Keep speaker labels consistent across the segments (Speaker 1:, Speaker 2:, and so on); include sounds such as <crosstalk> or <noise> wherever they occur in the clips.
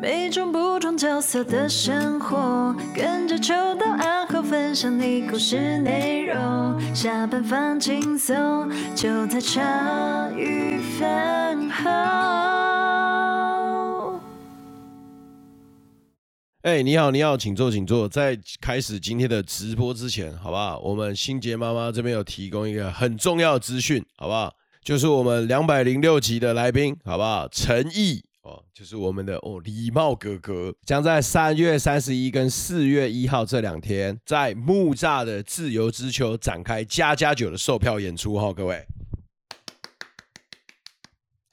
Speaker 1: 每种不同角色的生活，跟着秋到暗号分享你故事内容。下班放轻松，就在茶余饭后。
Speaker 2: 哎、你好，你好，请坐，请坐。在开始今天的直播之前，好不好？我们新杰妈妈这边有提供一个很重要的资讯，好不好？就是我们两百零六集的来宾，好不好？陈毅哦，就是我们的哦礼貌哥哥，将在三月三十一跟四月一号这两天，在木栅的自由之丘展开加加酒的售票演出哈、哦，各位。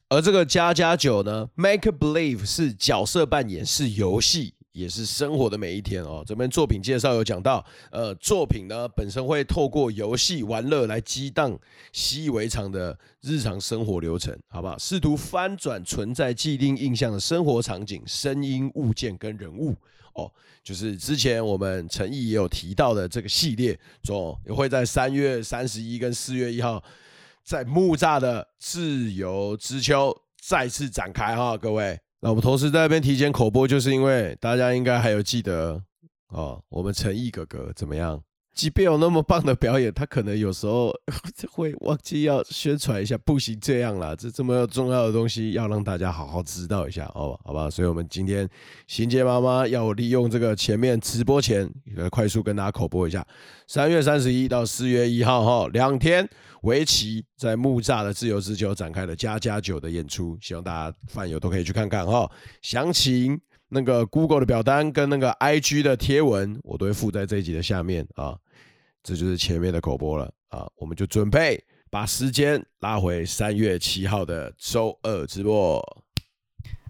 Speaker 2: 而这个加加酒呢，Make Believe 是角色扮演，是游戏，也是生活的每一天哦。这边作品介绍有讲到，呃，作品呢本身会透过游戏玩乐来激荡习以为常的日常生活流程，好不好？试图翻转存在既定印象的生活场景、声音、物件跟人物哦。就是之前我们陈毅也有提到的这个系列，总会在三月三十一跟四月一号在木栅的自由之丘再次展开哈，各位。那我们同时在那边提前口播，就是因为大家应该还有记得哦，我们陈毅哥哥怎么样？即便有那么棒的表演，他可能有时候会 <laughs> 忘记要宣传一下，不行这样啦，这这么重要的东西要让大家好好知道一下哦，好吧？所以我们今天行杰妈妈要利用这个前面直播前，呃，快速跟大家口播一下，三月三十一到四月一号哈，两天为期在木栅的自由之丘展开了加加酒的演出，希望大家饭友都可以去看看哈。详情那个 Google 的表单跟那个 IG 的贴文，我都会附在这一集的下面啊。这就是前面的口播了啊，我们就准备把时间拉回三月七号的周二直播，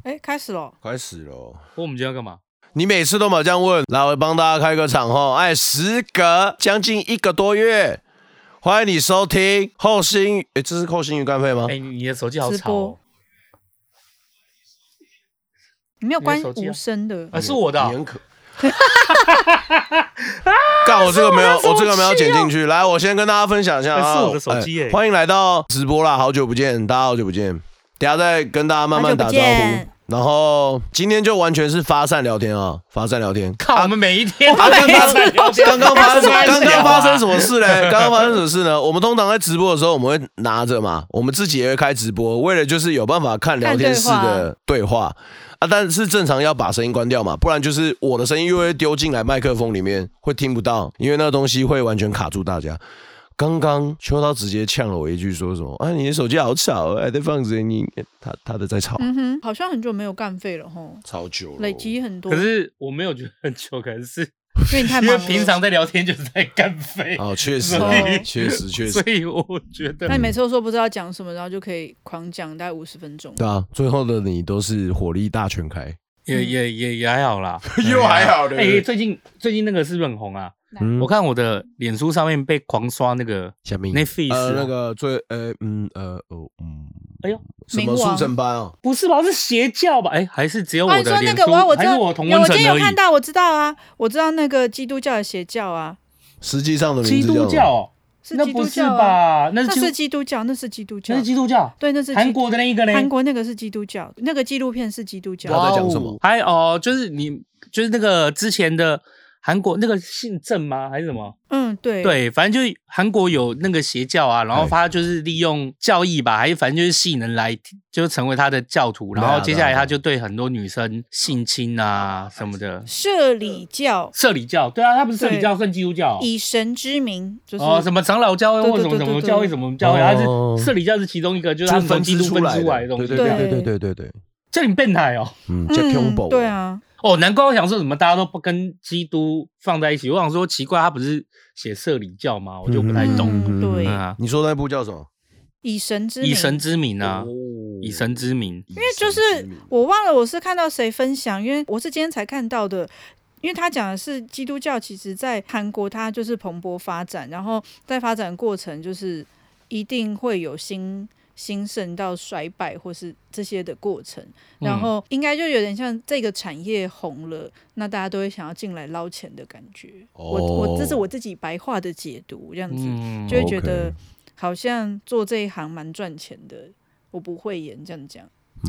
Speaker 3: 哎，开始喽！
Speaker 2: 开始喽。
Speaker 4: 不过我们今天要干嘛？
Speaker 2: 你每次都嘛这样问，来，我帮大家开个场哈。哎，时隔将近一个多月，欢迎你收听后星，哎，这是后星鱼干费吗
Speaker 4: 哎、？你你的手机好
Speaker 3: 直
Speaker 4: 吵、
Speaker 3: 播
Speaker 4: 哦，
Speaker 3: 你没有关
Speaker 4: 你的手机啊
Speaker 3: 无声的，
Speaker 2: 嗯
Speaker 4: 啊，是我的哦、
Speaker 2: 你很可。 <laughs> 干我这个没有，我这
Speaker 3: 哦
Speaker 2: 个没有剪进去。来，我先跟大家分享一下啊，
Speaker 4: 哎是我的手机
Speaker 2: 哎
Speaker 4: 哎
Speaker 2: 欢迎来到直播啦，好久不见，大家好久不见，等下再跟大家慢慢打
Speaker 3: 好
Speaker 2: 招
Speaker 3: 久不
Speaker 2: 呼
Speaker 3: 见。
Speaker 2: 然后今天就完全是发散聊天啊，发散聊天。
Speaker 4: 靠，我们每一天
Speaker 2: 啊，刚
Speaker 4: 都在聊天
Speaker 2: 刚刚刚发生
Speaker 4: 在聊
Speaker 2: 刚
Speaker 4: 天
Speaker 2: 刚发生什么事嘞？刚刚发生什么事呢？我们通常在直播的时候，我们会拿着嘛，我们自己也会开直播，为了就是有办法看聊天室的对话啊。但是正常要把声音关掉嘛，不然就是我的声音又会丢进来麦克风里面，会听不到，因为那个东西会完全卡住大家。刚刚秋刀直接呛了我一句，说什么啊？你的手机好吵，哎还在放声音，他他的在吵，
Speaker 3: 嗯哼，好像很久没有干废了吼，
Speaker 2: 超久了
Speaker 3: 累积很多，
Speaker 4: <laughs> 可是我没有觉得很久，可能是
Speaker 3: 因为你太
Speaker 4: 因
Speaker 3: 忙
Speaker 4: 为
Speaker 3: 了。
Speaker 4: 平常在聊天就是在干飞，
Speaker 2: 哦，确
Speaker 3: <laughs>
Speaker 2: 实啊
Speaker 4: 所
Speaker 3: 以，
Speaker 2: 确实确实
Speaker 4: 所，以我觉得
Speaker 3: 那你每次都说不知道讲什么，然后就可以狂讲大概五十分钟。
Speaker 2: 对啊，最后的你都是火力大全开。
Speaker 4: 也也也也还好啦，
Speaker 2: <laughs> 又还好对
Speaker 4: 哎、
Speaker 2: 不对
Speaker 4: 最近最近那个是不是很红啊？
Speaker 2: 嗯
Speaker 4: 我看我的脸书上面被狂刷那个
Speaker 2: 下面
Speaker 4: Netflix 啊、
Speaker 2: 呃那个最呃嗯呃哦嗯，
Speaker 4: 哎呦，
Speaker 2: 什么
Speaker 3: 冥
Speaker 2: 速
Speaker 3: 王
Speaker 2: 成班哦，
Speaker 4: 不是吧？是邪教吧？哎、还是只有
Speaker 3: 啊，
Speaker 4: 我
Speaker 3: 你说
Speaker 4: 的
Speaker 3: 那
Speaker 4: 脸
Speaker 3: 个
Speaker 4: 书，
Speaker 3: 哇，我知
Speaker 4: 还是
Speaker 3: 道，
Speaker 4: 我同
Speaker 3: 有
Speaker 4: 温
Speaker 3: 我
Speaker 4: 层
Speaker 3: 今天有
Speaker 4: 而已。
Speaker 3: 看到，我知道啊，我知道那个基督教的邪教啊，
Speaker 2: 实际上的名
Speaker 4: 基
Speaker 2: 字
Speaker 4: 督
Speaker 2: 叫什么
Speaker 3: 是
Speaker 4: 教哦、那
Speaker 3: 基
Speaker 4: 不
Speaker 3: 督
Speaker 4: 是
Speaker 3: 教啊？
Speaker 4: 吧？那
Speaker 3: 那
Speaker 4: 基督
Speaker 3: 是基督教，那是基督教
Speaker 4: 那是，基督教。
Speaker 3: 对，那是基
Speaker 4: 韩国的那一个呢？
Speaker 3: 韩国那个是基督教，那个纪录片是基督
Speaker 2: 哇
Speaker 3: 教，
Speaker 2: 他在讲什么
Speaker 4: 哇哦？还哦，就是你就是那个之前的韩国那个姓郑吗？还是什么？
Speaker 3: 嗯，对，
Speaker 4: 对，反正就是韩国有那个邪教啊，然后
Speaker 2: 哎
Speaker 4: 他就是利用教义吧，还是反正就是吸引人来，就成为他的教徒，然
Speaker 2: 对啊
Speaker 4: 后接下
Speaker 2: 对
Speaker 4: 来
Speaker 2: 啊哦
Speaker 4: 他就对很多女生性侵啊什么的。
Speaker 3: 社里教
Speaker 4: 社里教，对啊，他不是社里
Speaker 3: 对
Speaker 4: 教，算基督教。
Speaker 3: 以神之名，就是
Speaker 4: 哦，什么长老教会
Speaker 3: 对
Speaker 4: 或
Speaker 3: 对
Speaker 4: 什么
Speaker 3: 对
Speaker 4: 什
Speaker 3: 对
Speaker 4: 么
Speaker 3: 对
Speaker 4: 教会什么教会，它
Speaker 2: 哦
Speaker 4: 是社里教是其中一个，就是他们从基督分出来的东
Speaker 2: 对
Speaker 4: 西。
Speaker 2: 对对
Speaker 3: 对对
Speaker 2: 对
Speaker 3: 对
Speaker 2: 对对对，
Speaker 4: 这很变态哦。
Speaker 2: 嗯，叫
Speaker 3: 嗯
Speaker 2: Pyongbo，
Speaker 3: 对，啊，
Speaker 4: 哦，难怪我想说怎么大家都不跟基督放在一起。我想说奇怪，他不是写社里教吗？我就不太懂。
Speaker 3: 嗯对
Speaker 4: 啊
Speaker 2: 你说那部叫什么？
Speaker 3: 以神之名，
Speaker 4: 以神之名啊，
Speaker 2: 哦
Speaker 4: 以神之名。
Speaker 2: 因
Speaker 3: 因为就是我忘了我是看到谁分享，因为我是今天才看到的。因为他讲的是基督教，其实在韩国它就是蓬勃发展，然后在发展过程就是一定会有兴兴盛到衰败或是这些的过程，
Speaker 2: 嗯
Speaker 3: 然后应该就有点像这个产业红了，那大家都会想要进来捞钱的感觉。
Speaker 2: 哦
Speaker 3: 我我这是我自己白话的解读，这样子。
Speaker 4: 嗯，
Speaker 3: 就会
Speaker 2: 哦
Speaker 3: 觉
Speaker 2: OK
Speaker 3: 得好像做这一行蛮赚钱的，我不会演这样讲。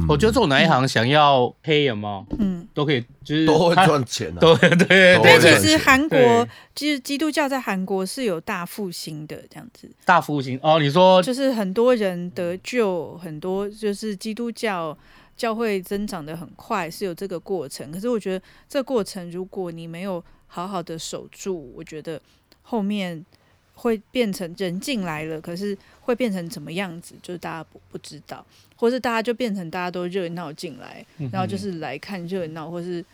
Speaker 4: 我
Speaker 2: 嗯
Speaker 4: 觉得做哪一行想要黑有没有
Speaker 3: 嗯，
Speaker 4: 都可以，就是
Speaker 2: 都会
Speaker 4: 他
Speaker 2: 赚钱啊，
Speaker 4: 都对对对
Speaker 2: 都
Speaker 3: 因为
Speaker 2: 会赚
Speaker 4: 对，
Speaker 2: 钱
Speaker 3: 其实韩国
Speaker 4: 对
Speaker 3: 就是基督教在韩国是有大复兴的，这样子，
Speaker 4: 大复兴哦，你说
Speaker 3: 就是很多人得救，很多就是基督教教会增长的很快，是有这个过程。可是我觉得这过程如果你没有好好的守住，我觉得后面会变成人进来了，可是会变成怎么样子，就是大家不不知道，或是大家就变成大家都热闹进来，
Speaker 4: 嗯
Speaker 3: 然后就是来看热闹，或是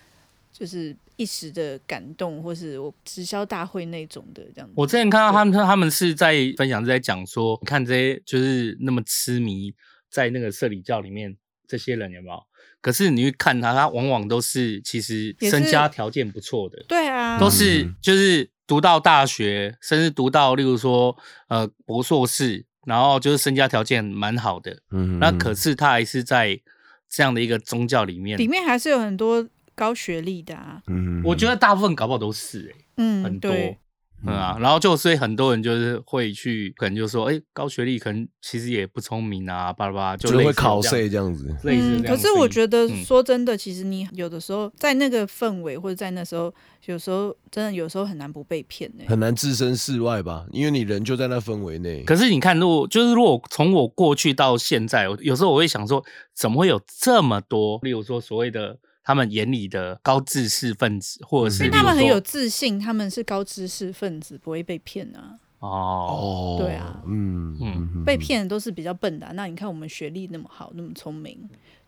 Speaker 3: 就是一时的感动，或是我直销大会那种的这样子。
Speaker 4: 我之前看到他们，他们是在分享是在讲说，你看这些就是那么痴迷在那个社里教里面这些人有没有？可是你去看他，他往往都是其实
Speaker 3: 也是
Speaker 4: 身家条件不错的，
Speaker 3: 对啊，
Speaker 4: 都是
Speaker 2: 嗯
Speaker 4: 就是读到大学，甚至读到例如说呃博硕士，然后就是身家条件蛮好的，
Speaker 2: 嗯
Speaker 4: 那可是他还是在这样的一个宗教里面
Speaker 3: 里，面还是有很多高学历的啊。
Speaker 2: 嗯
Speaker 4: 我觉得大部分搞不好都是欸
Speaker 3: 嗯，
Speaker 4: 很多。
Speaker 3: 对，
Speaker 4: 嗯啊，然后就所以很多人就是会去，可能就说，哎、高学历可能其实也不聪明啊，巴拉巴拉，就
Speaker 2: 就
Speaker 4: 类
Speaker 2: 会
Speaker 4: 似这样
Speaker 2: 考试这样子，
Speaker 4: 类似
Speaker 3: 嗯。
Speaker 4: 这
Speaker 3: 可
Speaker 4: 样。
Speaker 3: 是我觉得
Speaker 4: 嗯
Speaker 3: 说真的，其实你有的时候在那个氛围或者在那时候，有时候真的有时候很难不被骗欸呢、
Speaker 2: 很难置身事外吧，因为你人就在那氛围内。
Speaker 4: 可是你看，如果就是如果从我过去到现在，我有时候我会想说，怎么会有这么多，例如说所谓的他们眼里的高知识分子，或者是
Speaker 2: 因
Speaker 4: 例
Speaker 2: 为
Speaker 4: 如
Speaker 3: 他们很有
Speaker 4: 说
Speaker 3: 自信，他们是高知识分子，不会被骗啊。
Speaker 4: 哦，
Speaker 2: 哦
Speaker 3: 对啊
Speaker 2: 嗯
Speaker 4: 嗯
Speaker 2: 嗯
Speaker 3: 被骗的都是比较笨的啊、那你看我们学历那么好，那么聪明，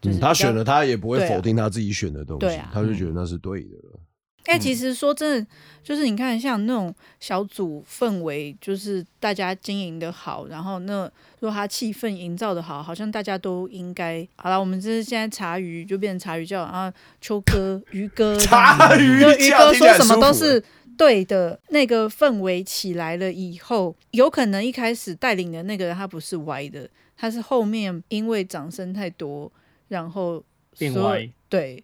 Speaker 3: 就
Speaker 2: 嗯
Speaker 3: 是
Speaker 2: 他
Speaker 3: 比较
Speaker 2: 选了，他也不会
Speaker 3: 对啊
Speaker 2: 否定他自己选的东西
Speaker 3: 对啊，
Speaker 2: 他就觉得那是对的了。
Speaker 3: 哎、其实说真的，就是你看，像那种小组氛围，就是大家经营的好，然后那如果他气氛营造的好，好像大家都应该好了。我们这是现在茶余就变成茶余教，然后秋哥、鱼哥这样子，
Speaker 2: 茶余
Speaker 3: 嗯就鱼
Speaker 2: 教
Speaker 3: 哥
Speaker 2: 听起来
Speaker 3: 说什么
Speaker 2: 舒
Speaker 3: 都
Speaker 2: 服欸
Speaker 3: 是对的。那个氛围起来了以后，有可能一开始带领的那个人他不是歪的，他是后面因为掌声太多，然后
Speaker 4: 变
Speaker 3: 所有
Speaker 4: 歪
Speaker 3: 对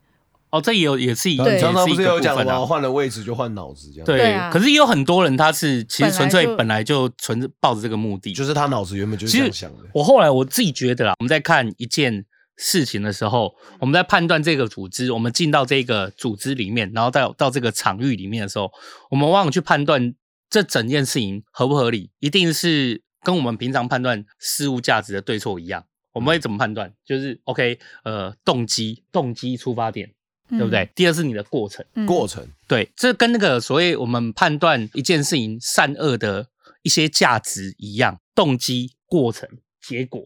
Speaker 4: 哦，这也有也是一，
Speaker 2: 然后
Speaker 4: 也
Speaker 2: 你
Speaker 4: 是
Speaker 2: 常常不
Speaker 4: 一
Speaker 2: 是
Speaker 4: 个
Speaker 2: 有
Speaker 4: 部
Speaker 2: 讲哦
Speaker 4: 分
Speaker 2: 吗？
Speaker 4: 啊。
Speaker 2: 换了位置就换脑子这样，
Speaker 4: 对，
Speaker 3: 对啊
Speaker 4: 可是也有很多人，他是其实纯粹
Speaker 3: 本来就
Speaker 4: 本来就纯抱着这个目的，
Speaker 2: 就是他脑子原本就是这样想
Speaker 3: 嗯
Speaker 2: 的。
Speaker 4: 我后来我自己觉得啦，我们在看一件事情的时候，我们在判断这个组织，我们进到这个组织里面，然后到到这个场域里面的时候，我们往往去判断这整件事情合不合理，一定是跟我们平常判断事物价值的对错一样。我们会怎么判断？就是 OK，呃，动机、动机、出发点，对不对？？第二是你的过程，
Speaker 3: 嗯、
Speaker 2: 过程，
Speaker 4: 对，这跟那个所谓我们判断一件事情善恶的一些价值一样，动机、过程、结果。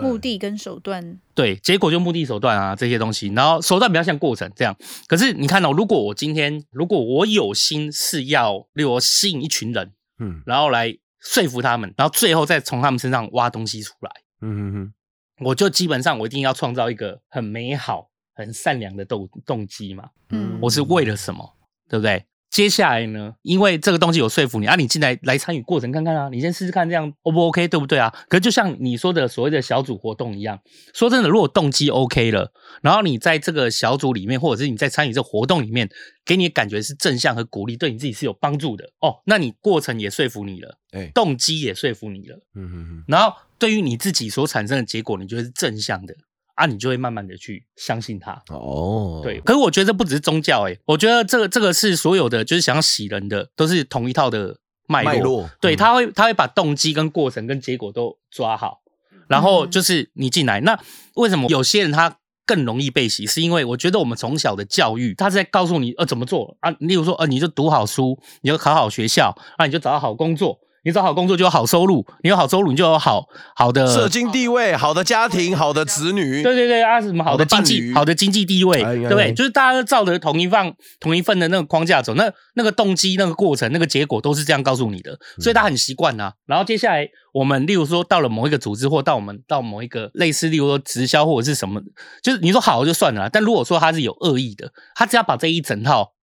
Speaker 3: 目的跟手段
Speaker 4: 对，结果就目的手段啊这些东西，然后手段比较像过程这样。可是你看哦，如果我今天如果我有心是要，例如我吸引一群人，
Speaker 2: 嗯，
Speaker 4: 然后来说服他们，然后最后再从他们身上挖东西出来，
Speaker 2: 嗯嗯嗯
Speaker 4: 我就基本上我一定要创造一个很美好、很善良的动动机嘛。
Speaker 3: 嗯
Speaker 4: 我是为了什么，对不对？接下来呢，因为这个东西有说服你啊，你进来来参与过程看看啊，你先试试看这样 O 不 OK，对不对啊？可是就像你说的所谓的小组活动一样，说真的，如果动机 OK 了，然后你在这个小组里面，或者是你在参与这个活动里面，给你的感觉是正向和鼓励，对你自己是有帮助的哦，那你过程也说服你了，
Speaker 2: 哎
Speaker 4: 动机也说服你了，
Speaker 2: 嗯嗯
Speaker 4: 然后对于你自己所产生的结果，你觉得是正向的啊，你就会慢慢的去相信它。
Speaker 2: 嗯，哦，
Speaker 4: 对，，可是我觉得这不只是宗教、欸，我觉得这个这个是所有的，就是想要洗人的，都是同一套的脉
Speaker 2: 脉络
Speaker 4: 对，
Speaker 2: 嗯
Speaker 4: 他会他会把动机跟过程跟结果都抓好，然后就是你进来。那为什么有些人他更容易被洗？是因为我觉得我们从小的教育，他是在告诉你呃怎么做啊，例如说呃你就读好书，你就考好学校，啊你就找到好工作。你找好工作就有好收入，你有好收入你就有好好的
Speaker 2: 社经地位、好的家庭、好的子女，
Speaker 4: 呃对对对啊，什么好
Speaker 2: 好
Speaker 4: 的
Speaker 2: 的
Speaker 4: 经
Speaker 2: 伴
Speaker 4: 济、
Speaker 2: 侣
Speaker 4: 好的经济地位，
Speaker 2: 哎
Speaker 4: 对
Speaker 2: 呀
Speaker 4: 不对？
Speaker 2: 哎
Speaker 4: 就是大家都照着同一放、同一份的那个框架走，那那个动机、那个过程、那个结果都是这样告诉你的，
Speaker 2: 嗯
Speaker 4: 所以他很习惯啊。然后接下来，我们例如说到了某一个组织，或到我们到某一个类似，例如说直销或者是什么，就是你说好就算了啦，但如果说他是有恶意的，他只要把这一整套。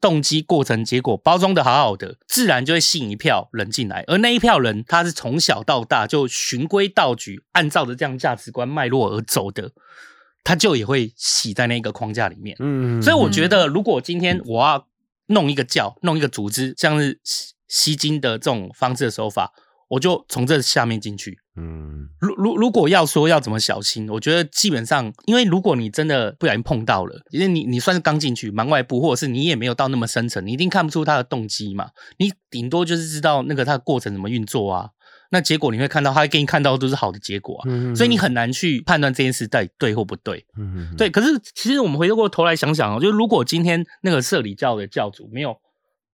Speaker 4: 动机、过程、结果包装的好好的，自然就会吸引一票人进来。而那一票人，他是从小到大就循规蹈矩，按照着这样价值观脉络而走的，他就也会洗在那个框架里面。
Speaker 2: 嗯
Speaker 4: 所以我觉得，如果今天我要弄一个教、弄一个组织，像是吸吸金的这种方式的手法，我就从这下面进去。
Speaker 2: 嗯
Speaker 4: 如如如果要说要怎么小心，我觉得基本上，因为如果你真的不小心碰到了，因为你你算是刚进去门外部，或者是你也没有到那么深层，你一定看不出他的动机嘛。你顶多就是知道那个他的过程怎么运作啊。那结果你会看到，他会给你看到都是好的结果啊，
Speaker 2: 嗯
Speaker 4: 所以你很难去判断这件事到底对或不对。
Speaker 2: 嗯
Speaker 4: 对，可是其实我们回过头来想想哦，就是如果今天那个社里教的教主没有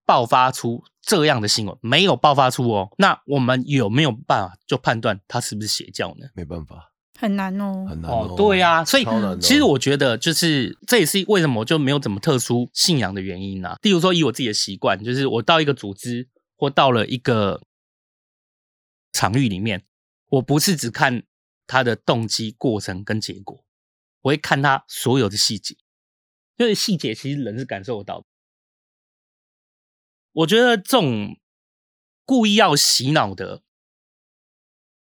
Speaker 4: 爆发出这样的新闻，没有爆发出哦，那我们有没有办法就判断他是不是邪教呢？
Speaker 2: 没办法，
Speaker 3: 很难哦。
Speaker 2: 很难
Speaker 4: 哦，对呀、所以
Speaker 2: 超难哦
Speaker 4: 其实我觉得就是这也是为什么我就没有怎么特殊信仰的原因啊。例如说，以我自己的习惯，就是我到一个组织或到了一个场域里面，我不是只看他的动机、过程跟结果，我会看他所有的细节，因为细节其实人是感受得到的。我觉得这种故意要洗脑的，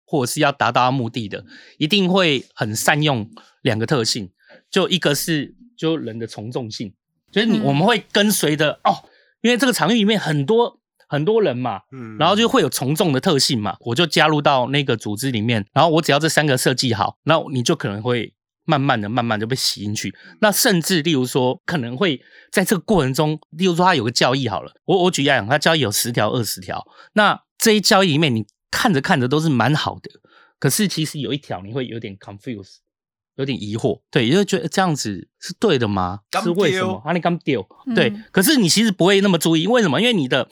Speaker 4: 或者是要达到他目的的，一定会很善用两个特性，就一个是就人的从众性，就是你、
Speaker 3: 嗯
Speaker 4: 我们会跟随着哦，因为这个场域里面很多很多人嘛，
Speaker 2: 嗯
Speaker 4: 然后就会有从众的特性嘛，我就加入到那个组织里面，然后我只要这三个设计好，那你就可能会慢慢的、慢慢的被洗进去。那甚至例如说，可能会在这个过程中，例如说他有个教义好了，我我举例来讲，他教义有十条、二十条，那这一教义里面你看着看着都是蛮好的，可是其实有一条你会有点 confuse。有点疑惑，对，也就觉得这样子是对的吗？
Speaker 2: 敢
Speaker 4: 是为什
Speaker 2: 丢
Speaker 4: 么？啊，你刚丢，
Speaker 3: 嗯
Speaker 4: 对。可是你其实不会那么注意，为什么？因为你的，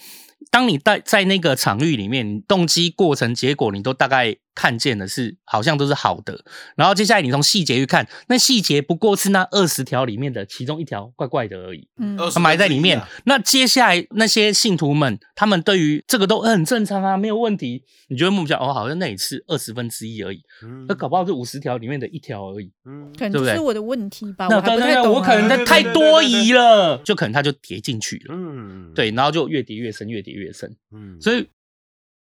Speaker 4: 当你在在那个场域里面，你动机、过程、结果，你都大概看见的是，好像都是好的。然后接下来你从细节去看，那细节不过是那二十条里面的其中一条怪怪的而已。
Speaker 3: 嗯，
Speaker 2: 20
Speaker 4: 埋在里面。那接下来那些信徒们，他们对于这个都很正常啊，没有问题。你就会梦想哦，好像那也是二十分之一而已，
Speaker 2: 嗯
Speaker 4: 那搞不好是五十条里面的一条而已。
Speaker 2: 嗯
Speaker 3: 可能
Speaker 4: 对不
Speaker 3: 就
Speaker 4: 对
Speaker 3: 是我的问题吧，
Speaker 4: 那
Speaker 3: 我还
Speaker 4: 当
Speaker 3: 不太
Speaker 4: 然，
Speaker 3: 懂啊。
Speaker 4: 我可能
Speaker 2: 在
Speaker 4: 的太多疑了，就可能他就跌进去了。
Speaker 2: 嗯，
Speaker 4: 对，然后就越跌越深，越跌越深。
Speaker 2: 嗯，
Speaker 4: 所以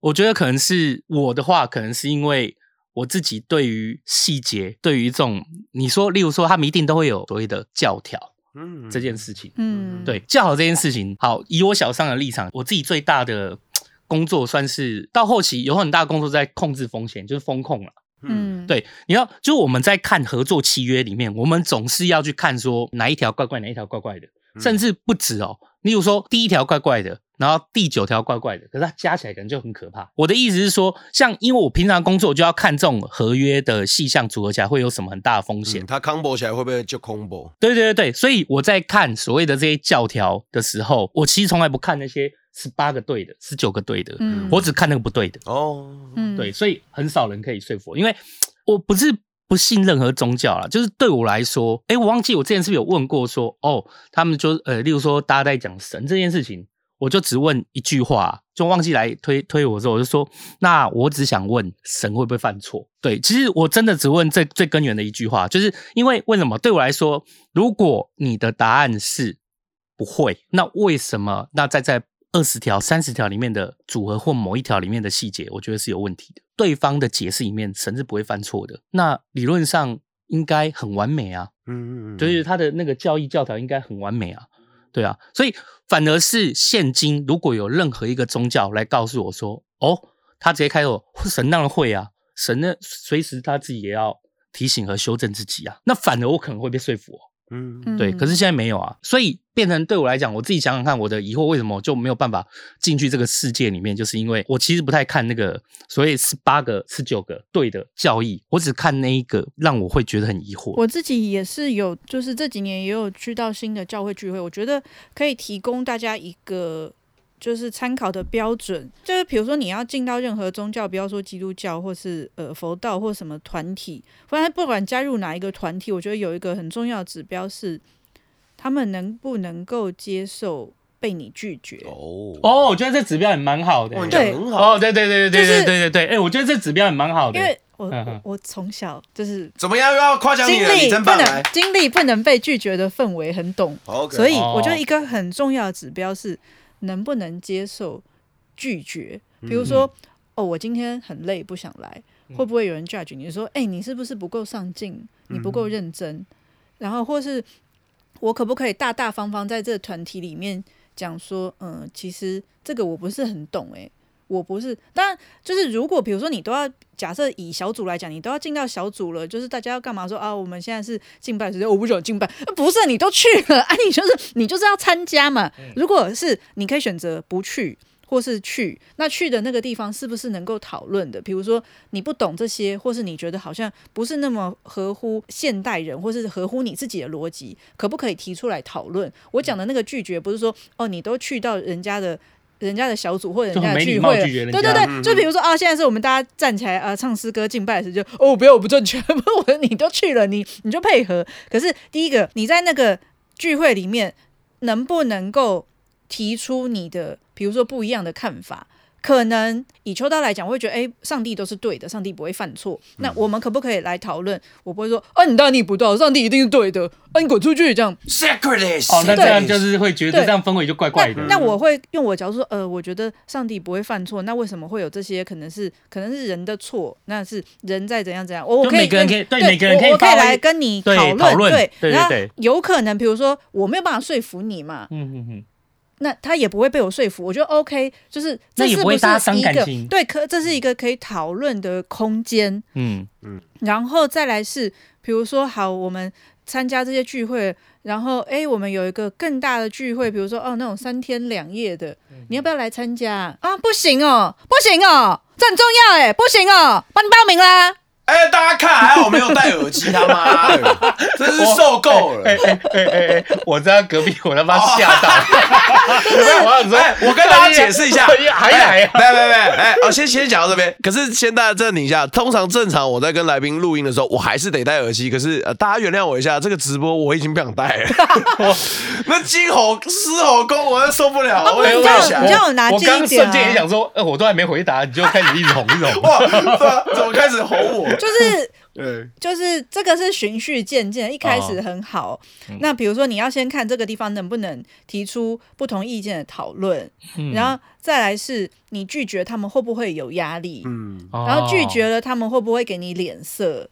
Speaker 4: 我觉得可能是我的话，可能是因为我自己对于细节，对于这种你说，例如说他们一定都会有所谓的教条
Speaker 2: 嗯
Speaker 4: 这件事情。
Speaker 3: 嗯，
Speaker 4: 对，教条这件事情，好，以我小商的立场，我自己最大的工作算是到后期有很大的工作在控制风险，就是风控了。
Speaker 3: 嗯，
Speaker 4: 对，你要就我们在看合作契约里面，我们总是要去看说哪一条怪怪，哪一条怪怪的，甚至不止哦。例如说第一条怪怪的，然后第九条怪怪的，可是它加起来可能就很可怕。我的意思是说，像因为我平常工作就要看这种合约的细项组合起来会有什么很大的风险。
Speaker 2: 嗯他 combo 起来会不会就 combo？
Speaker 4: 对对对对，所以我在看所谓的这些教条的时候，我其实从来不看那些十八个对的、十九个对的，
Speaker 3: 嗯，
Speaker 4: 我只看那个不对的。
Speaker 2: 哦，
Speaker 3: 嗯
Speaker 4: 对，，所以很少人可以说服我，因为我不是不信任何宗教啦，就是对我来说，哎、我忘记我之前是不是有问过说，哦，他们就呃，例如说大家在讲神这件事情，我就只问一句话，就忘记来推推我的时候，我就说，那我只想问神会不会犯错？对，其实我真的只问最最根源的一句话，就是因为为什么对我来说，如果你的答案是不会，那为什么那在在二十条、三十条里面的组合或某一条里面的细节，我觉得是有问题的。对方的解释里面，神是不会犯错的，那理论上应该很完美啊，
Speaker 2: 嗯嗯，嗯
Speaker 4: 就是他的那个教义教条应该很完美啊，对啊，所以反而是现今如果有任何一个宗教来告诉我说，哦，他直接开口，神当然会啊，神呢随时他自己也要提醒和修正自己啊，那反而我可能会被说服、哦。
Speaker 2: 嗯
Speaker 3: 嗯
Speaker 4: 对，可是现在没有啊，所以变成对我来讲，我自己想想看，我的疑惑为什么就没有办法进去这个世界里面，就是因为我其实不太看那个所谓十八个、十九个对的教义，我只看那一个让我会觉得很疑惑。
Speaker 3: 我自己也是有，就是这几年也有去到新的教会聚会，我觉得可以提供大家一个就是参考的标准，就是比如说你要进到任何宗教，不要说基督教或是呃佛道或什么团体，不然不管加入哪一个团体，我觉得有一个很重要的指标是他们能不能够接受被你拒绝。
Speaker 2: 哦
Speaker 4: 哦，我觉得这指标也蛮好的、
Speaker 2: 哇，你
Speaker 3: 对
Speaker 2: 讲得很好，
Speaker 4: 哦，对对对对对对对对对，哎、我觉得这指标也蛮好的、
Speaker 3: 因为我
Speaker 4: 嗯嗯
Speaker 3: 我我从小就是
Speaker 2: 怎么样？又要夸奖
Speaker 3: 经
Speaker 2: 你了，
Speaker 3: 历
Speaker 2: 你
Speaker 3: 不
Speaker 2: 真棒！
Speaker 3: 能
Speaker 2: 来
Speaker 3: 经历不能被拒绝的氛围很懂，
Speaker 2: ，OK，
Speaker 3: 所以
Speaker 4: 哦
Speaker 3: 我觉得一个很重要的指标是能不能接受拒绝。比如说，哦，我今天很累，不想来，会不会有人 judge 你说，哎、你是不是不够上进，你不够认真？然后或是我可不可以大大呃方方在这个团体里面讲说，嗯，其实这个我不是很懂、诶，我不是。当然，就是如果比如说你都要假设以小组来讲，你都要进到小组了，就是大家要干嘛说啊？我们现在是敬拜时间，我不想敬拜，啊不是你都去了啊？你就是你就是要参加嘛。
Speaker 4: 嗯
Speaker 3: 如果是你可以选择不去。或是去那去的那个地方是不是能够讨论的？比如说你不懂这些，或是你觉得好像不是那么合乎现代人，或是合乎你自己的逻辑，可不可以提出来讨论？我讲的那个拒绝不是说哦，你都去到人家的。人家的小组或者人家的
Speaker 4: <laughs> 就很没礼
Speaker 3: 聚
Speaker 4: 貌
Speaker 3: 会了，
Speaker 4: 拒绝人
Speaker 3: 对对
Speaker 4: 家
Speaker 3: 对，
Speaker 4: 嗯
Speaker 3: 就比如说啊，现在是我们大家站起来啊、唱诗歌敬拜的时候，就哦不要我不正确，我你都去了，你你就配合。可是第一个，你在那个聚会里面能不能够提出你的，比如说不一样的看法。可能以秋刀来讲，会觉得哎、诶上帝都是对的，上帝不会犯错。那我们可不可以来讨论？我不会说，啊，你大逆不道，上帝一定是对的，啊，你滚出去这样。
Speaker 2: Secretly，
Speaker 4: 哦，那这样
Speaker 3: 对
Speaker 4: 就是会觉得
Speaker 3: 对
Speaker 4: 这样氛围就 <laughs> 怪怪的。
Speaker 3: 那那我会用我角度说，呃，我觉得上帝不会犯错，那为什么会有这些？可能是可能是人的错，那是人在怎样怎样。我我
Speaker 4: 就
Speaker 3: 可以
Speaker 4: 每个人
Speaker 3: 跟
Speaker 4: 可以对每个人可以
Speaker 3: 我我可以
Speaker 4: 发挥
Speaker 3: 来跟你
Speaker 4: 对
Speaker 3: 讨
Speaker 4: 讨论
Speaker 3: 对，
Speaker 4: 对对
Speaker 3: 然后
Speaker 4: 对
Speaker 3: 有可能比如说我没有办法说服你嘛，
Speaker 4: 嗯嗯嗯，
Speaker 3: 那他也不会被我说服，我觉得 OK，就是
Speaker 4: 那
Speaker 3: 这
Speaker 4: 也
Speaker 3: 是
Speaker 4: 不会
Speaker 3: 是
Speaker 4: 大家伤
Speaker 3: 一
Speaker 4: 感
Speaker 3: 个
Speaker 4: 情
Speaker 3: 对，可这是一个可以讨论的空间。
Speaker 4: 嗯，
Speaker 3: 然后再来是，比如说好，我们参加这些聚会，然后诶，我们有一个更大的聚会，比如说哦那种三天两夜的，你要不要来参加啊？啊不行哦，不行哦，这很重要哎，不行哦，帮你报名啦。
Speaker 2: 哎，大家看，还好没有戴耳机，他妈
Speaker 4: <laughs>
Speaker 2: 的，真是受够了。
Speaker 4: 哎哎哎哎哎，我在隔壁，我他妈吓 <laughs> 到。我想说
Speaker 2: 哎，我跟大家解释一下，
Speaker 4: 哎呀还来啊
Speaker 2: 哎没没没，哎，哦，先先讲到这边。可是先大家暂停一下，通常正常我在跟来宾录音的时候，我还是得戴耳机。可是呃，大家原谅我一下，这个直播我已经不想戴了。 <laughs> 我那金猴狮吼功，我真受不了哎了，我
Speaker 3: 不
Speaker 4: 哎
Speaker 2: 也
Speaker 3: 是
Speaker 2: 不
Speaker 3: 这
Speaker 2: 想想
Speaker 3: 样你这。样有拿
Speaker 4: 我
Speaker 3: 近
Speaker 4: 刚
Speaker 3: 一点啊
Speaker 4: 瞬间也想说，呃，我都还没回答，你就开始一直红一直
Speaker 2: <laughs> <laughs>
Speaker 4: 红。
Speaker 2: 哇，对啊怎么开始吼我？嗯
Speaker 3: 就是
Speaker 2: 对，
Speaker 3: 就是这个是循序渐进，一开始很好。那比如说，你要先看这个地方能不能提出不同意见的讨论，
Speaker 4: 嗯
Speaker 3: 然后再来是你拒绝他们会不会有压力，
Speaker 2: 嗯，
Speaker 3: 然后
Speaker 4: 哦
Speaker 3: 拒绝，了他们会不会给你脸色？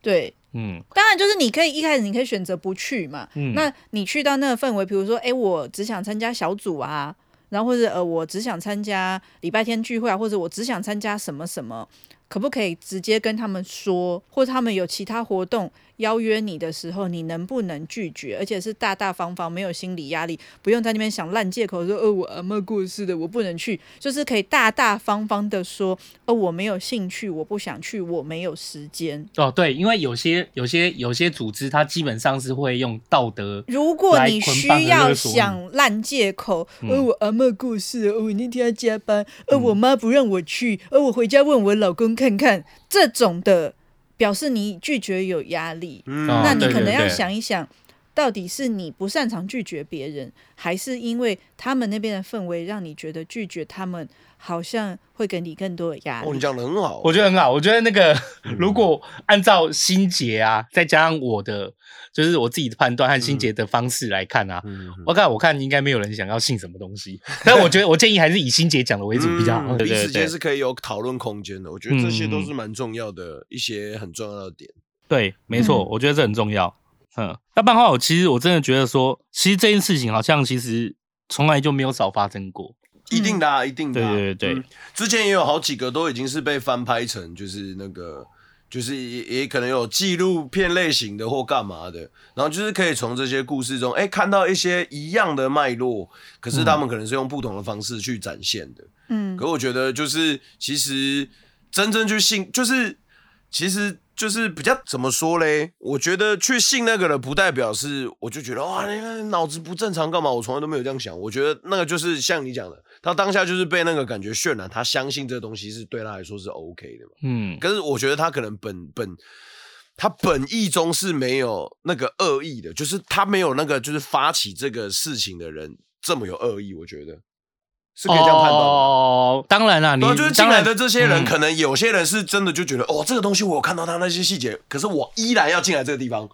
Speaker 3: 对，
Speaker 4: 嗯
Speaker 3: 当然，就是你可以一开始你可以选择不去嘛。
Speaker 4: 嗯
Speaker 3: 那你去到那个氛围，比如说，哎，我只想参加小组啊，然后或者呃，我只想参加礼拜天聚会啊，或者我只想参加什么什么，可不可以直接跟他们说？或者他们有其他活动邀约你的时候，你能不能拒绝？而且是大大方方，没有心理压力，不用在那边想烂借口说，呃，我阿妈过世的，我不能去，就是可以大大方方的说，呃，我没有兴趣，我不想去，我没有时间。
Speaker 4: 哦，对，因为有些有些有些组织，它基本上是会用道德
Speaker 3: 如果
Speaker 4: 来
Speaker 3: 你
Speaker 4: 捆
Speaker 3: 需
Speaker 4: 绑和
Speaker 3: 要
Speaker 4: 勒索你
Speaker 3: 想烂借口，
Speaker 4: 嗯
Speaker 3: 呃，我阿嬷过世了，呃我那天要加班，呃，我妈不让我去，呃，我回家问我老公看看，这种的表示你拒绝有压力，
Speaker 2: 嗯
Speaker 4: 哦
Speaker 3: 那你
Speaker 4: 对
Speaker 3: 可
Speaker 4: 对
Speaker 3: 能要
Speaker 4: 对
Speaker 3: 想一想，到底是你不擅长拒绝别人，还是因为他们那边的氛围让你觉得拒绝他们好像会给你更多的压
Speaker 2: 哦，你
Speaker 3: 力？
Speaker 2: 讲的很好，
Speaker 4: 我觉得很好。我觉得那个
Speaker 2: 嗯
Speaker 4: 如果按照心结啊，再加上我的就是我自己的判断和心结的方式来看啊，
Speaker 2: 嗯嗯
Speaker 4: 我看我看应该没有人想要信什么东西。但我觉得我建议还是以心结讲的为主比较好。
Speaker 2: 嗯
Speaker 4: 对
Speaker 2: 彼
Speaker 4: 对
Speaker 2: 此
Speaker 4: 对
Speaker 2: 间是可以有讨论空间的。我觉得这些
Speaker 4: 嗯
Speaker 2: 都是蛮重要的一些很重要的点。
Speaker 4: 对，没错，
Speaker 3: 嗯
Speaker 4: 我觉得这很重要。嗯，那漫画我其实我真的觉得说，其实这件事情好像其实从来就没有少发生过。
Speaker 2: 一定的、啊，一定的、啊。
Speaker 4: 对对对对
Speaker 2: 嗯之前也有好几个都已经是被翻拍成就是那个，就是也也可能有纪录片类型的或干嘛的，然后就是可以从这些故事中，哎、看到一些一样的脉络，可
Speaker 4: 嗯
Speaker 2: 是他们可能是用不同的方式去展现的。
Speaker 3: 嗯，
Speaker 2: 可我觉得就是其实真正去信，就是其实就是比较怎么说嘞？我觉得去信那个了，不代表是我就觉得哇，你看脑子不正常干嘛？我从来都没有这样想。我觉得那个就是像你讲的，他当下就是被那个感觉渲染，他相信这东西是对他来说是 OK 的嘛。
Speaker 4: 嗯，
Speaker 2: 可是我觉得他可能本本他本意中是没有那个恶意的，就是他没有那个就是发起这个事情的人这么有恶意，我觉得是可以这样判断的。
Speaker 4: 哦，当然啦，你
Speaker 2: 然后啊就是进
Speaker 4: 当
Speaker 2: 来
Speaker 4: 然
Speaker 2: 的这些人，
Speaker 4: 嗯
Speaker 2: 可能有些人是真的就觉得，哦，这个东西我有看到他那些细节，可是我依然要进来这个地方，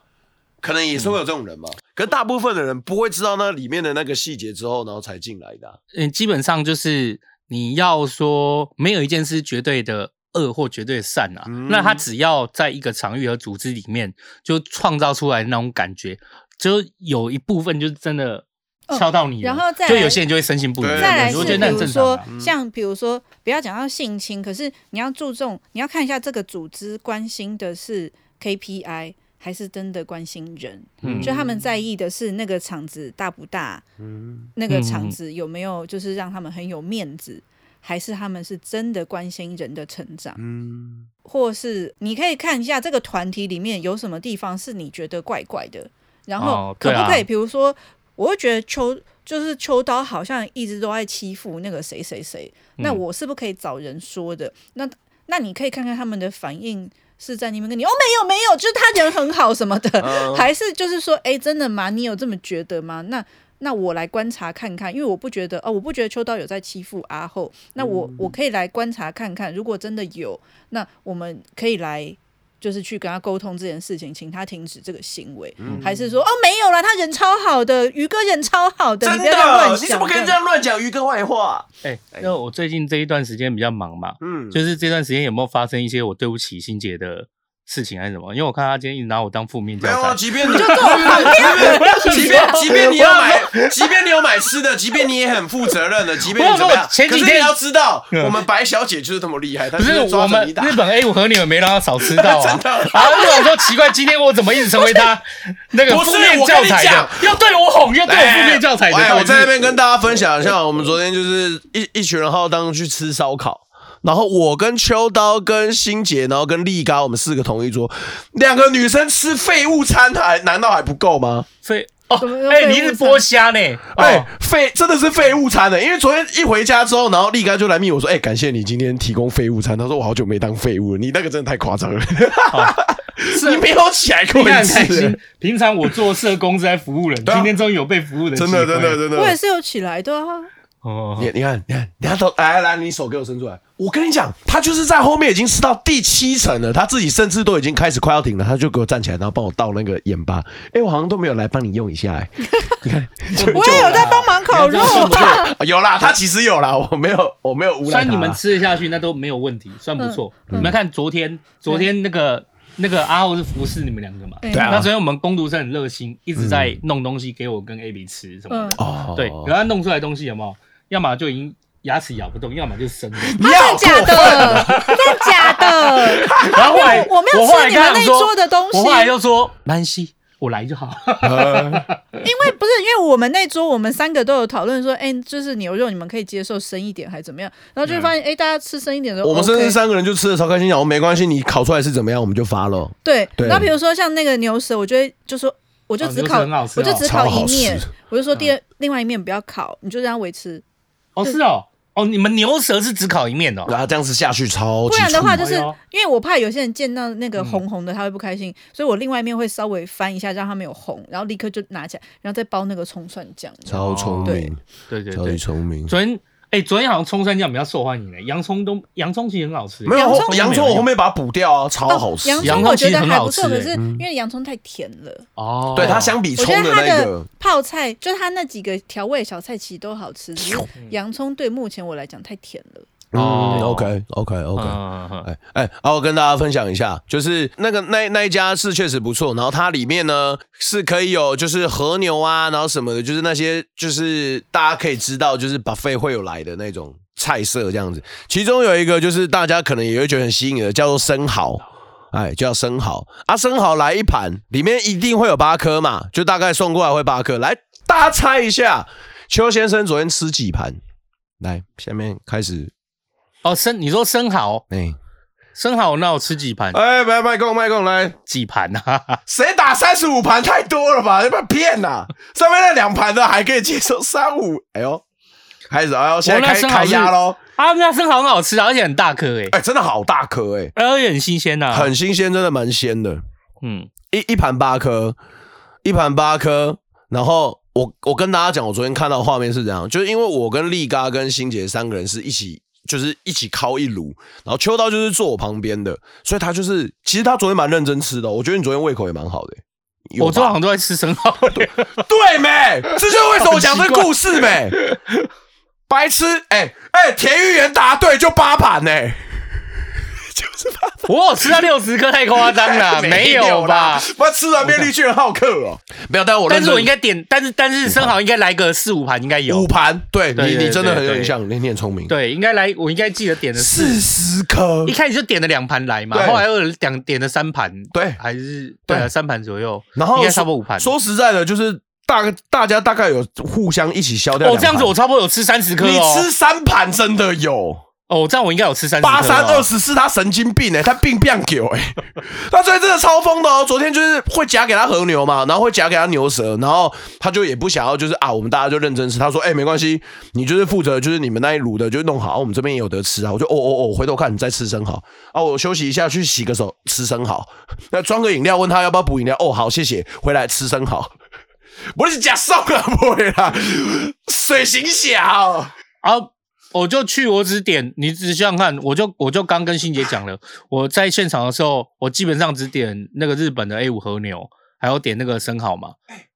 Speaker 2: 可能也是会有这种人
Speaker 4: 嗯
Speaker 2: 嘛。可是大部分的人不会知道那里面的那个细节之后，然后才进来的啊、
Speaker 4: 嗯，基本上就是你要说没有一件事绝对的恶或绝对的善啊，
Speaker 2: 嗯
Speaker 4: 那他只要在一个场域和组织里面就创造出来那种感觉，就有一部分就是真的
Speaker 3: 嗯
Speaker 4: 敲到你了，
Speaker 3: 然后再来
Speaker 4: 就有些人就会深信不疑。嗯
Speaker 2: 对
Speaker 3: 再来
Speaker 2: 对
Speaker 3: 是
Speaker 4: 我
Speaker 2: 对
Speaker 4: 觉得
Speaker 3: 比
Speaker 4: 那很
Speaker 3: 如
Speaker 4: 正常
Speaker 3: 说
Speaker 4: 啊。
Speaker 3: 像比如说不要讲到性侵，可是你要注重，你要看一下这个组织关心的是 KPI 还是真的关心人，
Speaker 4: 嗯
Speaker 3: 就他们在意的是那个场子大不大，
Speaker 4: 嗯
Speaker 3: 那个场子有没有就是让他们很有面子。还是他们是真的关心人的成长，
Speaker 2: 嗯，
Speaker 3: 或是你可以看一下这个团体里面有什么地方是你觉得怪怪的，然后
Speaker 4: 哦
Speaker 3: 可
Speaker 4: 对啊
Speaker 3: 不可以，比如说，我会觉得秋就是秋刀好像一直都在欺负那个谁谁谁，那
Speaker 4: 嗯
Speaker 3: 我是不是可以找人说的？那那你可以看看他们的反应是在那边跟你哦，没有没有，就是他人很好什么的，
Speaker 2: 嗯
Speaker 3: 还是就是说，哎，真的吗？你有这么觉得吗？那。那我来观察看看，因为我不觉得哦，我不觉得秋刀有在欺负阿后，那我、
Speaker 2: 嗯
Speaker 3: 我可以来观察看看，如果真的有，那我们可以来就是去跟他沟通这件事情，请他停止这个行为，
Speaker 2: 嗯
Speaker 3: 还是说哦没有啦，他人超好的，于哥人超好的，
Speaker 2: 真
Speaker 3: 你不要再乱
Speaker 2: 的，
Speaker 3: 想
Speaker 2: 你怎么可以这？样乱讲鱼哥坏话？
Speaker 4: 哎，那我最近这一段时间比较忙嘛，
Speaker 2: 嗯，
Speaker 4: 就是这段时间有没有发生一些我对不起欣姐的事情还是什么？因为我看她今天一直拿我当负面教
Speaker 2: 没有啊，
Speaker 4: 材。
Speaker 2: 即便你就这种即便即便你要买，即便你有买吃的，即便你也很负责任的，即便你怎么样，
Speaker 4: 我前几天嗯
Speaker 2: 可是你要知道，我们白小姐就是这么厉害，她
Speaker 4: 不是
Speaker 2: 就是抓
Speaker 4: 我
Speaker 2: 着
Speaker 4: 们
Speaker 2: 你打
Speaker 4: 日。本 A 五和你们没让她少吃到啊
Speaker 2: 真，的
Speaker 4: 然后就想说奇怪，今天我怎么一直成为她那个
Speaker 2: 不是
Speaker 4: 负面
Speaker 2: 我跟
Speaker 4: 教
Speaker 2: 你
Speaker 4: 材的
Speaker 2: 讲，
Speaker 4: 又对我哄， <laughs> 又对我负
Speaker 2: 哎
Speaker 4: 面教材的。
Speaker 2: 哎，
Speaker 4: 到
Speaker 2: 我
Speaker 4: 底是
Speaker 2: 在那边跟大家分享一下，我们昨天就是一一群人浩荡去吃烧烤。然后我跟秋刀、跟欣姐，然后跟丽嘎，我们四个同一桌，两个女生吃废物餐还难道还不够吗？
Speaker 4: 所以哦
Speaker 3: 怎么又，
Speaker 4: 哎，
Speaker 3: 被
Speaker 4: 你是
Speaker 3: 误
Speaker 4: 剥虾呢？
Speaker 2: 哎、
Speaker 4: 哦，
Speaker 2: 废真的是废物餐的、因为昨天一回家之后，然后力哥就来密我说，哎、感谢你今天提供废物餐。他说我好久没当废物了，你那个真的太夸张了， <laughs> 你没有起来过
Speaker 4: 哦你
Speaker 2: 一
Speaker 4: 看很开
Speaker 2: 次
Speaker 4: 心，。平常我做社工是在服务人，
Speaker 2: 对啊
Speaker 4: 今天终于有被服务人
Speaker 2: 真的
Speaker 4: 机会
Speaker 2: 真的。真
Speaker 3: 我也
Speaker 2: 的。
Speaker 3: 是有起来的、啊，
Speaker 4: 哦，
Speaker 2: 你你看你看，你看头来来，你手给我伸出来。我跟你讲，他就是在后面已经吃到第七层了，他自己甚至都已经开始快要停了，他就给我站起来，然后帮我倒那个盐巴。哎、我好像都没有来帮你用一下、哎，你看，就
Speaker 3: 我也有在帮忙烤
Speaker 2: <laughs>
Speaker 3: 肉啊。
Speaker 2: 就有啦，他其实有啦，我没有我没有无
Speaker 4: 虽
Speaker 2: 赖
Speaker 4: 然
Speaker 2: 他啦。
Speaker 4: 你们吃得下去，那都没有问题，算不错。
Speaker 3: 嗯
Speaker 4: 你们看昨天，昨天那个那个阿浩是服侍你们两个嘛？
Speaker 3: 对
Speaker 2: 啊
Speaker 4: 那昨天我们工读生很热心，一直在弄东西给我跟 AB 吃什么
Speaker 3: 嗯
Speaker 4: 的。，
Speaker 2: 哦
Speaker 4: 对，然后他弄出来的东西有没有？要么就已经牙齿咬不动，要么就是生的。
Speaker 2: 你好
Speaker 3: 啊真假
Speaker 2: 过分
Speaker 3: 的，真假的，
Speaker 4: 然后后来
Speaker 3: 我没有
Speaker 4: 我后
Speaker 3: 吃
Speaker 4: 来
Speaker 3: 你们
Speaker 4: 跟他
Speaker 3: 那一
Speaker 4: 说
Speaker 3: 桌的东西
Speaker 4: 我后来就说没关
Speaker 3: <laughs>
Speaker 4: 系，我来就好。 <laughs>
Speaker 2: 呃
Speaker 3: 因为不是因为我们那桌我们三个都有讨论说，哎、就是牛肉你们可以接受生一点还是怎么样，然后就会发现，哎、大家吃生一点的，
Speaker 2: 我们甚
Speaker 3: OK
Speaker 2: 至三个人就吃的超开心，讲我没关系，你烤出来是怎么样，我们就发了。
Speaker 3: 对，
Speaker 2: 对
Speaker 3: 那比如说像那个牛舌，我就会就说，我就
Speaker 4: 哦
Speaker 3: 只
Speaker 4: 牛舌
Speaker 3: 烤，
Speaker 4: 很好吃
Speaker 3: 我就
Speaker 4: 哦
Speaker 3: 只烤
Speaker 2: 超好
Speaker 3: 一
Speaker 2: 吃
Speaker 3: 面，我就说第二、另外一面不要烤，你就让它维持，
Speaker 4: 哦，是哦，哦，你们牛舌是只烤一面的哦。
Speaker 2: 然后啊这样子下去超级
Speaker 3: 不然的话
Speaker 2: 粗
Speaker 3: 就是
Speaker 4: 哎呦
Speaker 3: 因为我怕有些人见到那个红红的他会不开心，所以我另外一面会稍微翻一下，让它没有红，然后立刻就拿起来，然后再包那个葱蒜酱。
Speaker 2: 超聪明，
Speaker 4: 对对
Speaker 2: 超级
Speaker 4: 对，
Speaker 2: 聪明。
Speaker 4: 昨天哎，昨天好像葱蒜酱比较受欢迎诶，洋葱都洋葱其实很好吃。
Speaker 2: 没有
Speaker 3: 洋
Speaker 2: 后
Speaker 3: 葱
Speaker 2: 洋葱，我后面把它补掉啊，超好吃。
Speaker 3: 哦洋
Speaker 4: 洋
Speaker 3: 葱
Speaker 4: 葱
Speaker 3: 我
Speaker 4: 其
Speaker 3: 觉
Speaker 4: 实
Speaker 3: 得
Speaker 4: 很
Speaker 3: 还
Speaker 4: 好
Speaker 3: 不错，
Speaker 4: 吃
Speaker 3: 可
Speaker 4: 欸
Speaker 3: 是因为洋葱太甜了。
Speaker 4: 哦，
Speaker 2: 对它相比
Speaker 3: 我
Speaker 2: 葱
Speaker 3: 觉得它
Speaker 2: 那
Speaker 3: 的
Speaker 2: 个，
Speaker 3: 泡菜，就是它那几个调味小菜其实都好吃，只是洋葱对目前我来讲太甜了。
Speaker 2: 嗯
Speaker 4: 哦
Speaker 2: ，OK OK OK。
Speaker 4: 嗯嗯嗯
Speaker 2: 哎哎，啊，我跟大家分享一下，就是那个那那一家是确实不错，然后它里面呢是可以有就是和牛啊，然后什么的，就是那些就是大家可以知道就是 buffet 会有来的那种菜色这样子。其中有一个就是大家可能也会觉得很吸引的，叫做生蚝。哎，叫生蚝啊，生蚝来一盘，里面一定会有八颗嘛，就大概送过来会八颗。来，大家猜一下，邱先生昨天吃几盘？来，下面开始，
Speaker 4: 哦，生你说生蚝，
Speaker 2: 哎、
Speaker 4: 生蚝那我吃几盘？
Speaker 2: 哎，麦麦共麦共来，
Speaker 4: 几盘啊？ <laughs>
Speaker 2: 谁打三十五盘太多了吧？要不要骗呐？上面那两盘的还可以接受三五，哎呦，开始哎呦，现在
Speaker 4: 那
Speaker 2: 开
Speaker 4: 生蚝
Speaker 2: 开
Speaker 4: 是
Speaker 2: 压喽！
Speaker 4: 啊，那生蚝很好吃啊，而且很大颗诶，
Speaker 2: 哎，真的好大颗哎，
Speaker 4: 而且很新鲜呐。
Speaker 2: 很新鲜，真的蛮鲜的，
Speaker 4: 嗯，
Speaker 2: 一一盘八颗，一盘八颗。然后我我跟大家讲，我昨天看到的画面是这样，就是因为我跟力嘎跟欣杰三个人是一起。就是一起烤一炉，然后秋刀就是坐我旁边的，所以他就是其实他昨天蛮认真吃的哦、我觉得你昨天胃口也蛮好的、有
Speaker 4: 我昨
Speaker 2: 吧
Speaker 4: 晚好像都在吃
Speaker 2: <laughs>
Speaker 4: 生蚝。
Speaker 2: 对没？这就是为什么我讲这个故事 <laughs> 没。白痴，哎、哎、田玉元答对就八盘呢、
Speaker 5: 就是把
Speaker 4: 我有吃到六十颗太夸张了，
Speaker 2: <laughs>
Speaker 4: 没有吧？？
Speaker 5: 妈，吃完变绿巨人好客哦。
Speaker 2: 没有，但我
Speaker 4: 但是我应
Speaker 2: 认真
Speaker 4: 该点，但是但是生蚝应该来个四五盘，应该有
Speaker 2: 五。盘，对
Speaker 4: 对
Speaker 2: 你，
Speaker 4: 对
Speaker 2: 你真的很有
Speaker 4: 对
Speaker 2: 印象，你你很聪明，，
Speaker 4: 对，应该来，我应该记得点的
Speaker 2: 四
Speaker 4: 是，
Speaker 2: 十颗
Speaker 4: 一，开始就点了两盘来嘛，
Speaker 2: 对
Speaker 4: 后来又两点了三盘，
Speaker 2: 对
Speaker 4: 还是
Speaker 2: 对
Speaker 4: 对啊三盘左右，
Speaker 2: 然后
Speaker 4: 应该差不多五盘。
Speaker 2: 说实在的，就是大大家大概有互相一起消掉两
Speaker 4: 哦，
Speaker 2: 盘。
Speaker 4: 这样子我差不多有吃三十颗
Speaker 2: 你吃
Speaker 4: 哦，
Speaker 2: 三盘真的有
Speaker 4: 哦，这样我应该有吃三十哦
Speaker 2: 八三二十四，他神经病哎、他病变狗 <laughs> 哎，他最近真的超疯的哦。昨天就是会夹给他和牛嘛，然后会夹给他牛舌，然后他就也不想要，就是啊，我们大家就认真吃。他说哎、没关系，你就是负责就是你们那一炉的，就弄好，我们这边也有得吃啊。我就哦哦哦，回头看你再吃生蚝啊，我休息一下去洗个手吃生蚝，那装个饮料问他要不要补饮料，哦好谢谢，回来吃生蚝。 <laughs> 我是假瘦了，不会啦，水行侠哦。
Speaker 4: 啊，我就去，我只点，你只想想看，我就我就刚跟欣姐讲了，我在现场的时候，我基本上只点那个日本的 A 五和牛，还有点那个生蚝嘛。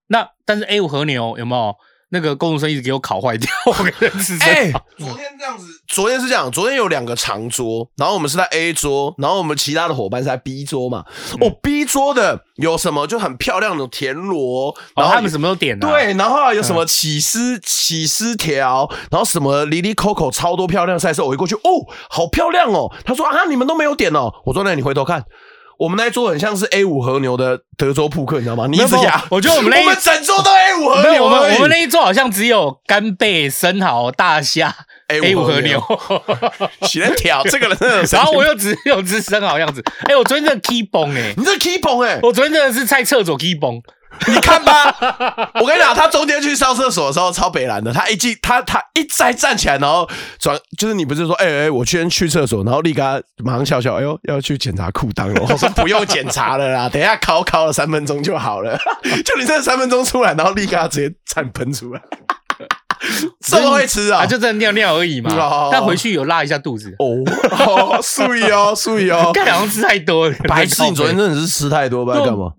Speaker 4: 那但是 A 五和牛有没有那个工读生一直给我烤坏掉？我跟人
Speaker 2: <laughs>
Speaker 4: 吃生蚝，
Speaker 2: 昨天这样子，昨天是这样，昨天有两个长桌，然后我们是在 A 桌，然后我们其他的伙伴是在 B 桌嘛。
Speaker 4: 嗯
Speaker 2: 哦，B 桌的有什么就很漂亮的田螺，然
Speaker 4: 然
Speaker 2: 后
Speaker 4: 后哦他们什么时候点啊？
Speaker 2: 对，然后啊有什么起司、起司条，然后什么离离 Coco 超多漂亮赛事，我一过去，哦，好漂亮哦。他说啊，你们都没有点哦。我说那你回头看。我们那一桌很像是 A 五和牛的德州扑克，你知道吗？你一直
Speaker 4: 没有
Speaker 2: 压，
Speaker 4: 我觉得我们那一
Speaker 2: 我们整桌都 A 五和
Speaker 4: 没有，
Speaker 2: 牛
Speaker 4: 我
Speaker 2: 而
Speaker 4: 们
Speaker 2: 已，
Speaker 4: 我们那一桌好像只有干贝、生蚝、大虾、
Speaker 2: A5
Speaker 4: A 五
Speaker 2: 和
Speaker 4: 和
Speaker 2: 牛
Speaker 4: 牛，
Speaker 2: 起来挑这个人真的很神经病，
Speaker 4: 然后我又只有吃生蚝样子。哎、我昨天真的 key 崩哎、
Speaker 2: 你这 keep on 哎、
Speaker 4: 我昨天真的是在厕所 key 崩。
Speaker 2: 你看 <laughs> 吧，我跟你讲，他中间去上厕所的时候超北蓝的，他一进他他一再站起来，然后转就是你不是说哎哎、我先去厕所，然后立嘎马上笑笑，哎呦要去检查裤裆哦了， <laughs> 我说不用检查了啦，等一下考考了三分钟就好 <laughs> 了，就你这三分钟出来，然后立嘎直接汗喷出来， <laughs> 这么会吃啊？
Speaker 4: 啊，就真的尿尿而已嘛
Speaker 2: 哦。
Speaker 4: 但回去有拉一下肚子，
Speaker 2: 哦哦，素意哦素意哦，
Speaker 4: 干好像吃太多了。
Speaker 2: <laughs> 白痴，你昨天
Speaker 4: 就
Speaker 2: 真的是吃太多，不知道干嘛。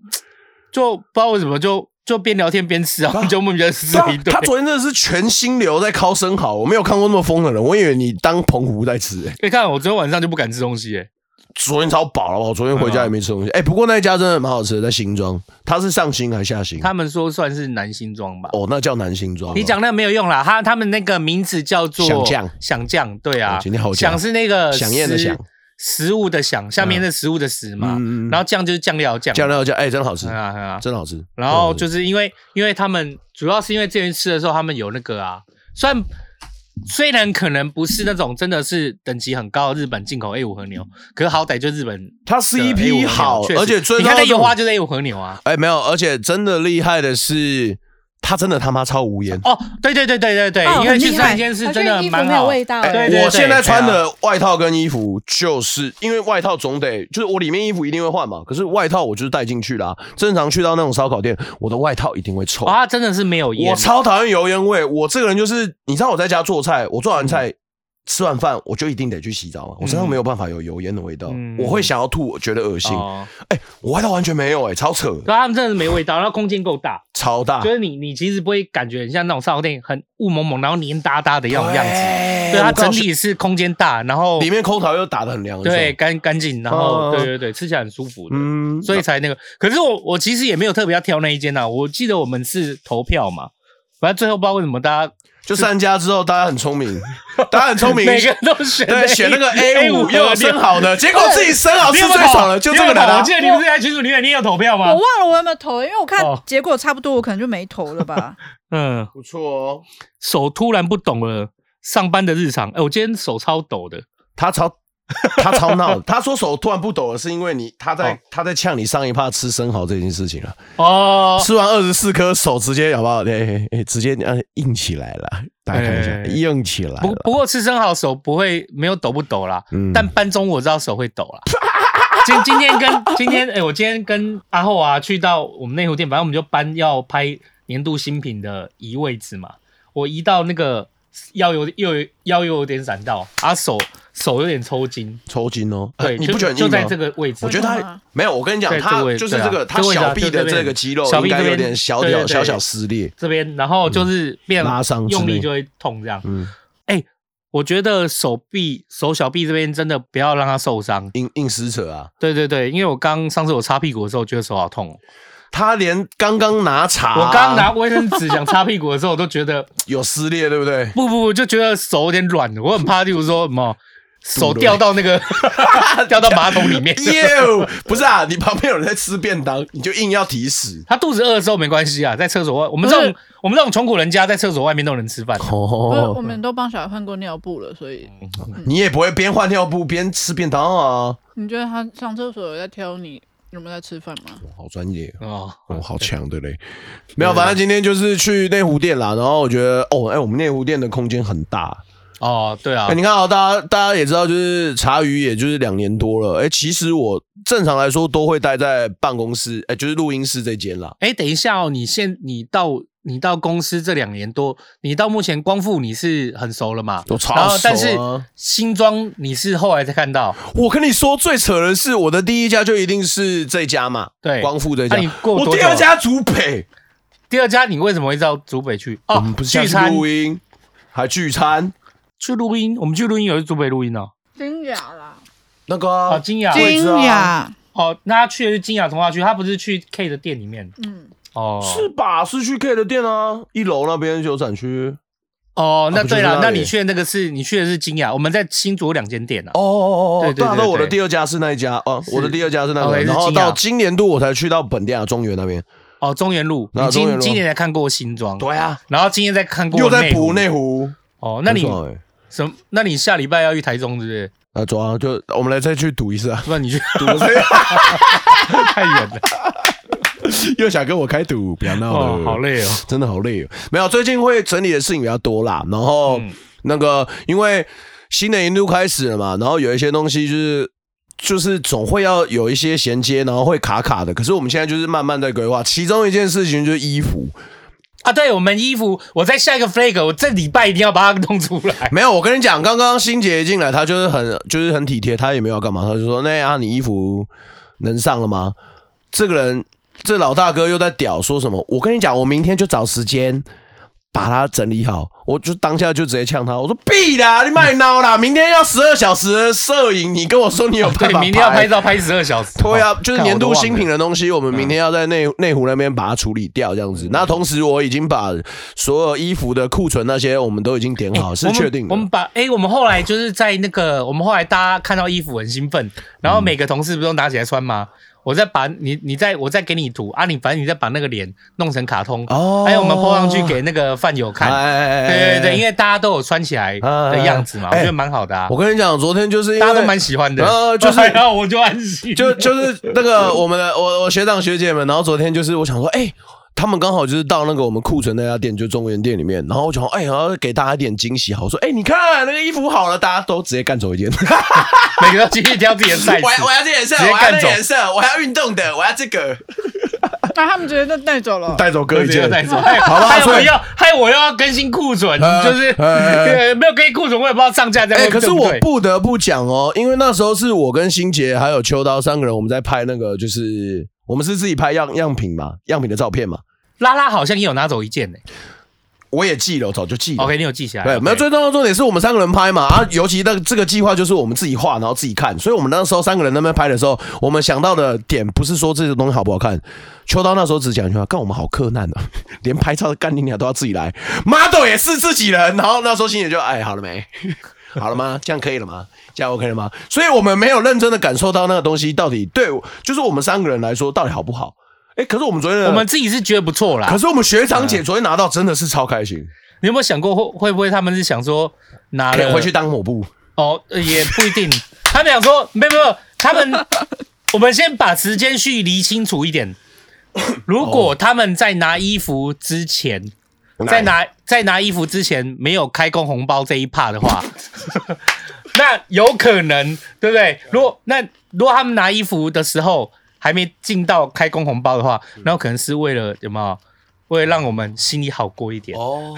Speaker 4: 就不知道为什么就就边聊天边吃啊，就莫名其妙 <laughs> 吃
Speaker 2: 对
Speaker 4: 了一
Speaker 2: 啊
Speaker 4: 顿
Speaker 2: 他。昨天真的是全心流在烤生蚝，我没有看过那么疯的人，我以为你当澎湖在吃、欸，
Speaker 4: 你看，我昨天晚上就不敢吃东西，
Speaker 2: 嗯
Speaker 4: 哎，
Speaker 2: 昨天超饱了，我哦昨天回家也没吃东西，
Speaker 4: 啊
Speaker 2: 哎、不过那一家真的蛮好吃的，在新庄，它是上新还是下新？
Speaker 4: 他们说算是南新庄吧。
Speaker 2: 哦，那叫南新庄哦、
Speaker 4: 你讲那个没有用啦，他他们那个名字叫做
Speaker 2: 想酱
Speaker 4: 想酱，对啊
Speaker 2: 哦，今天好酱
Speaker 4: 想是那个
Speaker 2: 想念的
Speaker 4: 食
Speaker 2: 想
Speaker 4: 食物的想，下面是食物的食嘛
Speaker 2: 嗯嗯嗯，
Speaker 4: 然后酱就是酱料的酱，
Speaker 2: 酱料酱，哎、真的好吃，
Speaker 4: 嗯啊嗯 <laughs> 啊，
Speaker 2: 真的好吃。嗯
Speaker 4: 然后就是是因为因为他们主要是因为之前吃的时候，他们有那个啊，虽然虽然可能不是那种真的是等级很高的日本进口 A 五和牛，可是好歹就日本
Speaker 2: 它
Speaker 4: 的 A5 和
Speaker 2: CP
Speaker 4: 牛
Speaker 2: E 好
Speaker 4: 确，实
Speaker 2: 而且最
Speaker 4: 你
Speaker 2: 重要
Speaker 4: 看那
Speaker 2: 的
Speaker 4: 油花就是 A 五和牛啊。
Speaker 2: 哎、没有，而且真的厉害的是，它真的他妈超无烟。
Speaker 4: 哦，对对对对对对，
Speaker 3: 哦
Speaker 4: 因为
Speaker 3: 很
Speaker 4: 去
Speaker 3: 厉
Speaker 4: 三
Speaker 3: 害
Speaker 4: 间是
Speaker 3: 而
Speaker 4: 真
Speaker 3: 且
Speaker 4: 的
Speaker 3: 衣服
Speaker 4: 蛮
Speaker 3: 没有
Speaker 4: 好。
Speaker 3: 味道哦
Speaker 4: 对对对，
Speaker 2: 我现在穿
Speaker 4: 哎对啊
Speaker 2: 的外套跟衣服，就是因为外套总得，就是我里面衣服一定会换嘛，可是外套我就是带进去啦、正常去到那种烧烤店，我的外套一定会臭。
Speaker 4: 哇，它真的啊是没有烟哦
Speaker 2: 我，超讨厌油烟味，我这个人就是，你知道我在家做菜，我做完菜。吃完饭我就一定得去洗澡嘛，我身上没有办法有油烟的味道，
Speaker 4: 嗯
Speaker 2: 我会想要吐，我觉得恶心。哎、
Speaker 4: 哦
Speaker 2: 我外套完全没有、哎，超扯，
Speaker 4: 对啊，他们真的是没味道，然后空间够大，
Speaker 2: 超大，
Speaker 4: 就是你你其实不会感觉很像那种烧烤店很雾蒙蒙，然后黏哒哒的那种样子。
Speaker 2: 对
Speaker 4: 对，它
Speaker 2: 我告
Speaker 4: 整
Speaker 2: 诉
Speaker 4: 体是空间大，然后
Speaker 2: 里面空调又打得很凉，
Speaker 4: 对，，干干净，然后、
Speaker 2: 嗯
Speaker 4: 对对对，吃起来很舒服的，
Speaker 2: 嗯，
Speaker 4: 所以才那个。可是我我其实也没有特别要挑那一间呐、我记得我们是投票嘛，反正最后不知道为什么大家
Speaker 2: 就散家之后，大家很聪明，大家很聪明，
Speaker 4: <laughs> 每个人都选
Speaker 2: 对选那
Speaker 4: <laughs>
Speaker 2: 个 A 五又有生
Speaker 4: 哎好，
Speaker 2: 蚝的， <laughs> 结果自己生蚝
Speaker 4: 你
Speaker 2: 吃
Speaker 4: 有没有
Speaker 2: 最
Speaker 4: 投
Speaker 2: 爽了，就这个人
Speaker 4: 你有没有投
Speaker 2: 啊
Speaker 4: 我记。得你们是在群组里面，你也有投票
Speaker 3: 我
Speaker 4: 吗
Speaker 3: 忘？了我有没有投，因为我看
Speaker 4: 哦
Speaker 3: 结果差不多，我可能就没投了 <laughs> 吧。
Speaker 4: 嗯，
Speaker 2: 不错哦，
Speaker 4: 手突然不懂了，上班的日常。哎、我今天手超抖的，
Speaker 2: 他超 <laughs> 他超闹的，他说手突然不抖了，是因为你他在、
Speaker 4: 哦
Speaker 2: 他在呛你上一趴吃生蚝这件事情了。
Speaker 4: 哦，
Speaker 2: 吃完二十四颗，手直接好不好？哎、哎哎直接呃硬起来了，大家看一下，
Speaker 4: 哎
Speaker 2: 硬起来
Speaker 4: 不
Speaker 2: 了。
Speaker 4: 不过吃生蚝手不会没有抖不抖啦，
Speaker 2: 嗯
Speaker 4: 但搬中我知道手会抖啦。今今天跟 <laughs> 今天哎、我今天跟阿厚啊去到我们内湖店，反正我们就搬要拍年度新品的移位置嘛。我移到那个腰有又有腰又有点闪到，啊手手有点抽筋。
Speaker 2: 抽筋哦，
Speaker 4: 对，
Speaker 2: 你
Speaker 4: 就
Speaker 2: 不觉得很硬
Speaker 4: 就在
Speaker 2: 吗
Speaker 4: 这个位置？
Speaker 2: 我觉得
Speaker 3: 为什
Speaker 2: 他
Speaker 3: 么
Speaker 2: 没有，我跟你讲，
Speaker 4: 对
Speaker 2: 他
Speaker 4: 这个位
Speaker 2: 就是
Speaker 4: 对啊
Speaker 2: 这个他
Speaker 4: 这个位置啊
Speaker 2: 小臂的
Speaker 4: 就这边
Speaker 2: 这个肌肉
Speaker 4: 小
Speaker 2: 应
Speaker 4: 臂
Speaker 2: 该
Speaker 4: 这
Speaker 2: 有
Speaker 4: 边
Speaker 2: 点小
Speaker 4: 对
Speaker 2: 小
Speaker 4: 对对
Speaker 2: 小小撕裂。
Speaker 4: 这边，然后就是变
Speaker 2: 嗯拉伤之类
Speaker 4: 用力就会痛这样。
Speaker 2: 嗯，
Speaker 4: 哎、我觉得手臂、手小臂这边真的不要让它受伤。
Speaker 2: 硬硬撕扯啊，
Speaker 4: 对对对，因为我刚上次我擦屁股的时候，我觉得手好痛哦。
Speaker 2: 他连刚刚拿茶，
Speaker 4: 我刚拿卫生纸想擦屁股的时候，我都觉
Speaker 2: <laughs>
Speaker 4: 得
Speaker 2: 有撕裂，对不
Speaker 4: <laughs>
Speaker 2: 对？
Speaker 4: 不不不，就觉得手有点软了。我很怕，例如说什么手掉到
Speaker 2: <laughs>
Speaker 4: 那个掉到马桶里面。
Speaker 2: 哟，不是啊，你旁边有人在吃便当，你就硬要提屎。
Speaker 4: 他肚子饿的时候没关系啊，在厕所外，我们这种我们这种穷苦人家在厕所外面都能吃饭。
Speaker 3: 不是，我
Speaker 2: 哦，
Speaker 3: 们都帮小孩换过尿布了，所以
Speaker 2: 你也不会边换尿布边吃便当啊，
Speaker 3: 你觉得他上厕所有在挑你有没有在吃饭吗？
Speaker 2: 好专业哦。
Speaker 4: 哦，
Speaker 2: 哦，好强对嘞！没有，反正今天就是去内湖店啦。然后我觉得，哦，哎、我们内湖店的空间很大。
Speaker 4: 哦，对啊
Speaker 2: 哎、，你看啊、大家大家也知道，就是茶余也就是两年多了。哎、其实我正常来说都会待在办公室，哎、就是录音室这间啦。
Speaker 4: 哎，等一下哦，你现你到你到公司这两年多，你到目前光复你是很熟了嘛？
Speaker 2: 我超
Speaker 4: 然后但
Speaker 2: 熟
Speaker 4: 是
Speaker 2: 啊
Speaker 4: 新庄你是后来才看到，
Speaker 2: 我跟你说，最扯的是，我的第一家就一定是这家嘛，
Speaker 4: 对
Speaker 2: 光复这家。
Speaker 4: 那你过
Speaker 5: 我
Speaker 4: 多
Speaker 5: 第
Speaker 4: 久？啊
Speaker 5: 二家竹北，
Speaker 4: 第二家你为什么会到竹北去？哦，
Speaker 2: 我嗯们不是下
Speaker 4: 聚
Speaker 2: 去
Speaker 4: 餐
Speaker 2: 录音，还聚餐。
Speaker 4: 去录音，我们去录音有去竹北录音哦。
Speaker 3: 金雅啦，
Speaker 2: 那个
Speaker 4: 哦，
Speaker 2: 啊
Speaker 4: 金雅，
Speaker 2: 位
Speaker 3: 金
Speaker 2: 置啊
Speaker 3: 雅，
Speaker 4: 哦，那他去的是金雅童话区，他不是去 K 的店里面
Speaker 3: 嗯，
Speaker 4: 哦。
Speaker 2: 是吧？是去 K 的店啊，一楼那边有展区。
Speaker 4: 哦，
Speaker 2: 啊
Speaker 4: 那
Speaker 2: 不就是
Speaker 4: 对了，
Speaker 2: 那
Speaker 4: 那
Speaker 2: 里
Speaker 4: 你去的那个是你去的是金雅，我们在新竹有两间店啊。
Speaker 2: 哦哦哦哦，
Speaker 4: 对对
Speaker 2: 啊
Speaker 4: 对
Speaker 2: 那我的
Speaker 4: 对
Speaker 2: 第二家是那一家哦，
Speaker 4: 是
Speaker 2: 我的第二家是那个，
Speaker 4: OK，是
Speaker 2: 然后
Speaker 4: 金雅
Speaker 2: 到今年度我才去到本店啊，中原那边。
Speaker 4: 哦，中原路，
Speaker 2: 啊
Speaker 4: 你
Speaker 2: 中原
Speaker 4: 今
Speaker 2: 路
Speaker 4: 今年才看过新庄，
Speaker 2: 对啊，
Speaker 4: 然后今天再看过
Speaker 2: 又在
Speaker 4: 湖
Speaker 2: 补内。湖。
Speaker 4: 哦，那你
Speaker 2: 很爽欸
Speaker 4: 什么？那你下礼拜要去台中是不是？
Speaker 2: 啊，走啊，就我们来再去赌一次啊，
Speaker 4: 不然你去 <laughs> 太远了。
Speaker 2: <laughs> 又想跟我开赌，不要闹
Speaker 4: 哦，
Speaker 2: 了，
Speaker 4: 好累哦。
Speaker 2: 真的好累哦。没有，最近会整理的事情比较多啦，然后、
Speaker 4: 嗯
Speaker 2: 那个因为新的一度开始了嘛，然后有一些东西就是。就是总会要有一些衔接，然后会卡卡的。可是我们现在就是慢慢在规划，其中一件事情就是衣服。
Speaker 4: 啊，对我们衣服，我在下一个 flag，我这礼拜一定要把它弄出来。
Speaker 2: <laughs> 没有，我跟你讲，刚刚欣姐一进来，她就是很就是很体贴，她也没有要干嘛，她就说：“那呀、你衣服能上了吗？”这个人，这老大哥又在屌说什么？我跟你讲，我明天就找时间把它整理好。我就当下就直接呛他，我说：“屁啦，你卖孬
Speaker 4: <laughs>
Speaker 2: 啦！明天要十二小时的摄影，你跟我说你 <laughs> 有
Speaker 4: 对
Speaker 2: 办，法
Speaker 4: 明天要拍
Speaker 2: 拍。”
Speaker 4: 照拍十二小时。
Speaker 2: <laughs> 对
Speaker 4: <laughs>
Speaker 2: 啊
Speaker 4: 哦，
Speaker 2: 就是
Speaker 4: 看
Speaker 2: 年
Speaker 4: 我都
Speaker 2: 度
Speaker 4: 忘
Speaker 2: 新品
Speaker 4: 了
Speaker 2: 的东西，我们明天要在内内湖那边把它处理掉，这样子。那同时，我已经把所有衣服的库存那些，我们都已经点好，是
Speaker 4: 我们
Speaker 2: 确定的。
Speaker 4: 我们把哎、我们后来就是在那个，我们后来大家看到衣服很兴奋，
Speaker 2: 嗯
Speaker 4: 然后每个同事不都拿起来穿吗？我再把你，你再我再给你图啊，你反正你再把那个脸弄成卡通，哎
Speaker 2: 哦
Speaker 4: 还有我们 po 上去给那个饭友看。
Speaker 2: 哎
Speaker 4: 对对对，因为大家都有穿起来的样子嘛，
Speaker 2: 哎哎哎
Speaker 4: 我觉得蛮好的啊
Speaker 2: 我，跟你讲，昨天就是因为
Speaker 4: 大家都蛮喜欢的。
Speaker 2: 呃就是
Speaker 4: <laughs> 然后我就安心，
Speaker 2: 就就是那个我们的我我学长学姐们，然后昨天就是我想说，哎、他们刚好就是到那个我们库存那家店，就中原店里面，然后我想说，哎、然后给大家一点惊喜，好，我说，哎、你看那个衣服好了，大家都直接干走一
Speaker 4: <laughs>
Speaker 2: 件，
Speaker 4: 每个都继续
Speaker 2: <laughs>
Speaker 4: 挑自己的 size。
Speaker 2: 要这颜色
Speaker 4: 直接干走我要那颜
Speaker 2: 色，我要运动的，我要这个，
Speaker 3: 那他们直接就带走了。
Speaker 2: <laughs> 带走哥一
Speaker 4: 直接
Speaker 2: 件，
Speaker 4: 带
Speaker 2: <laughs>
Speaker 4: 走，害
Speaker 2: 好吧
Speaker 4: 害
Speaker 2: 所
Speaker 4: 哎我
Speaker 2: 以
Speaker 4: 要害我要更新库存，
Speaker 2: 呃
Speaker 4: 就是
Speaker 2: 呃
Speaker 4: 对没有更新库存，我也不知道上架这
Speaker 2: 哎、
Speaker 4: 样。
Speaker 2: 可是
Speaker 4: 对
Speaker 2: 我
Speaker 4: 对
Speaker 2: 不得不讲哦，因为那时候是我跟新杰还有秋刀三个人，我们在拍那个，就是我们是自己拍样样品嘛，样品的照片嘛，
Speaker 4: 拉拉好像也有拿走一件呢、
Speaker 2: 我也记了，我早就记了。
Speaker 4: OK，你有记起来？
Speaker 2: 对，
Speaker 4: OK
Speaker 2: 没有最重要的重点是我们三个人拍嘛，啊，尤其那个这个计划就是我们自己画，然后自己看，所以我们那时候三个人那边拍的时候，我们想到的点不是说这个东西好不好看，秋刀那时候只讲一句话，干我们好克难啊， <laughs> 连拍照的干你俩都要自己来，model 也是自己人，然后那时候心里就哎好了没， <laughs> 好了吗？这样可以了吗？这样 OK 了吗？所以我们没有认真的感受到那个东西到底对我，就是我们三个人来说到底好不好？哎、可是我们昨天的
Speaker 4: 我们。自己是觉得不错啦
Speaker 2: 可。是我们学长姐昨天拿到真的是超开心，
Speaker 4: 你有没有想过会会不会他们是想说拿
Speaker 2: 可以
Speaker 4: 了
Speaker 2: 回去当抹布。
Speaker 4: 哦，呃也不一定。他们想说没有没有，他们我们先把时间序理清楚一点。如果他们在拿衣服之前，在拿在拿衣服之前没有开工红包这一趴的话，那有可能对不对？如果那如果他们拿衣服的时候还没进到开工红包的话，那可能是为了有没有？为了让我们心里好过一点。
Speaker 2: 哦，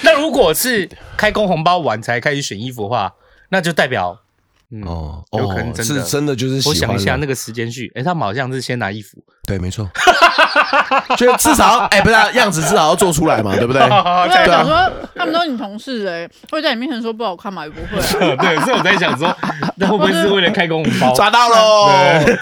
Speaker 4: 那如果是开工红包完才开始选衣服的话，那就代表嗯
Speaker 2: 哦，
Speaker 4: 有可能
Speaker 2: 哦
Speaker 4: 真
Speaker 2: 是
Speaker 4: 的
Speaker 2: 真的就是喜
Speaker 4: 我
Speaker 2: 欢了。
Speaker 4: <laughs> 想一下那个时间序，哎、他们好像是先拿衣服，
Speaker 2: 对，没错，就至少要哎、不是啊、样子至少要做出来嘛，
Speaker 4: <laughs>
Speaker 2: 对不对？
Speaker 4: 哦
Speaker 3: 对啊，
Speaker 2: 对啊
Speaker 3: 想说他们都是你同事哎、会在你面前说不好看吗？也不会、
Speaker 4: <laughs>
Speaker 3: 啊。
Speaker 4: 对，所以我在想说，那会不会是为了开工红包？
Speaker 2: 抓到喽，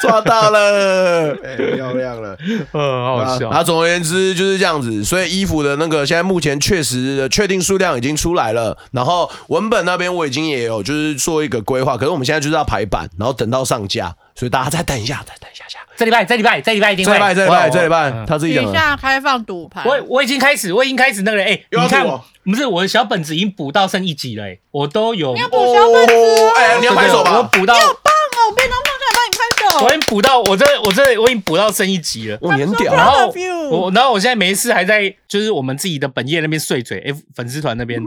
Speaker 2: 抓到
Speaker 4: <laughs>
Speaker 2: 了，哎、漂亮了。
Speaker 4: 呃，好好
Speaker 2: 啊，
Speaker 4: 笑
Speaker 2: 然。后总而言之就是这样子，所以衣服的那个现在目前确实的确定数量已经出来了，然后文本那边我已经也有就是做一个规划，可是我们现在就是要排版，然后等到上架，所以大家再等一下，再等一下下，
Speaker 4: 这礼拜，这礼拜，这礼拜一定
Speaker 2: 这
Speaker 4: 会，
Speaker 2: 礼拜这礼
Speaker 4: 我
Speaker 2: 拜这礼。
Speaker 4: 我
Speaker 2: 拜
Speaker 4: 嗯
Speaker 2: 他自己讲
Speaker 3: 底
Speaker 2: 了，
Speaker 3: 下开放赌盘，
Speaker 4: 我我已经开始，我已经开始那个了哎、
Speaker 2: 又要
Speaker 4: 你看
Speaker 2: 补哦，
Speaker 4: 不是我的小本子已经补到剩一集了、哎，我都有，
Speaker 3: 你要补小本子啊、
Speaker 2: 哎，你要拍手
Speaker 4: 我
Speaker 2: 吧，
Speaker 4: 补到，
Speaker 3: 棒哦！便当放下来帮你拍手。
Speaker 4: 我已经补到，我这我这我已经补到剩一集了。
Speaker 2: 哇，你很屌
Speaker 4: 然
Speaker 2: 啊，
Speaker 4: 后
Speaker 3: Proud of you
Speaker 4: 我，然后我现在没事还在就是我们自己的本业那边碎嘴，哎，粉丝团
Speaker 2: <laughs>
Speaker 4: 那边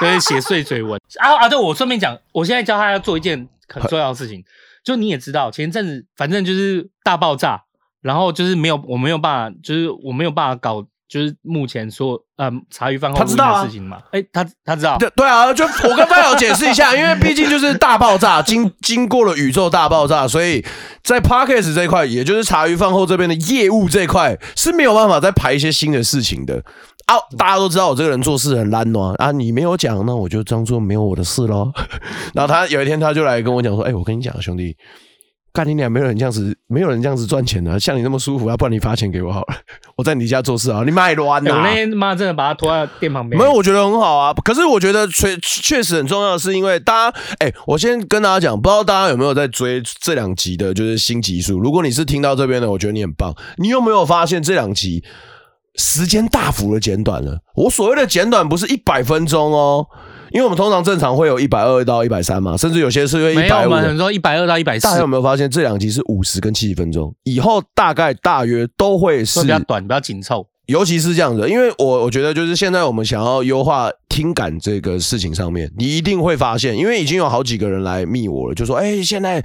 Speaker 4: 对写碎嘴文啊啊！对，我顺便讲，我现在教他要做一件很重要的事情，就你也知道，前阵子反正就是大爆炸，然后就是没有我没有办法，就是我没有办法搞。就是目前所有呃茶余饭后
Speaker 2: 他知道啊
Speaker 4: 录音的事情嘛，哎、他他知道，
Speaker 2: 对对啊，就我跟范友解释一下，因为毕竟就是大爆炸，经经过了宇宙大爆炸，所以在 podcast 这一块，也就是茶余饭后这边的业务这一块是没有办法再排一些新的事情的。啊，大家都知道我这个人做事很懒惰啊，你没有讲，那我就当做没有我的事咯。 <laughs> 然后他有一天他就来跟我讲说，哎、我跟你讲，兄弟。干你俩没有人这样子，没有人这样子赚钱的、啊像你那么舒服，要、不然你发钱给我好了，我在你家做事啊，你卖乱
Speaker 4: 哎
Speaker 2: 呐、
Speaker 4: 我那天妈真的把他拖到店旁边，
Speaker 2: 没有，我觉得很好啊。可是我觉得确确实很重要，的是因为大家，哎、我先跟大家讲，不知道大家有没有在追这两集的，就是新集数。如果你是听到这边的，我觉得你很棒。你有没有发现这两集时间大幅的减短了？我所谓的减短不是一百分钟哦，因为我们通常正常会有一百二到一百三嘛，甚至有些是会
Speaker 4: 没
Speaker 2: 一
Speaker 4: 有，
Speaker 2: 百五。
Speaker 4: 我们说一百二到一百四
Speaker 2: 大家，有没有发现这两集是五十跟七十分钟？以后大概大约都会是
Speaker 4: 说比较短，比较紧凑。
Speaker 2: 尤其是这样子，因为我我觉得就是现在我们想要优化听感这个事情上面，你一定会发现，因为已经有好几个人来密我了，就说哎、现在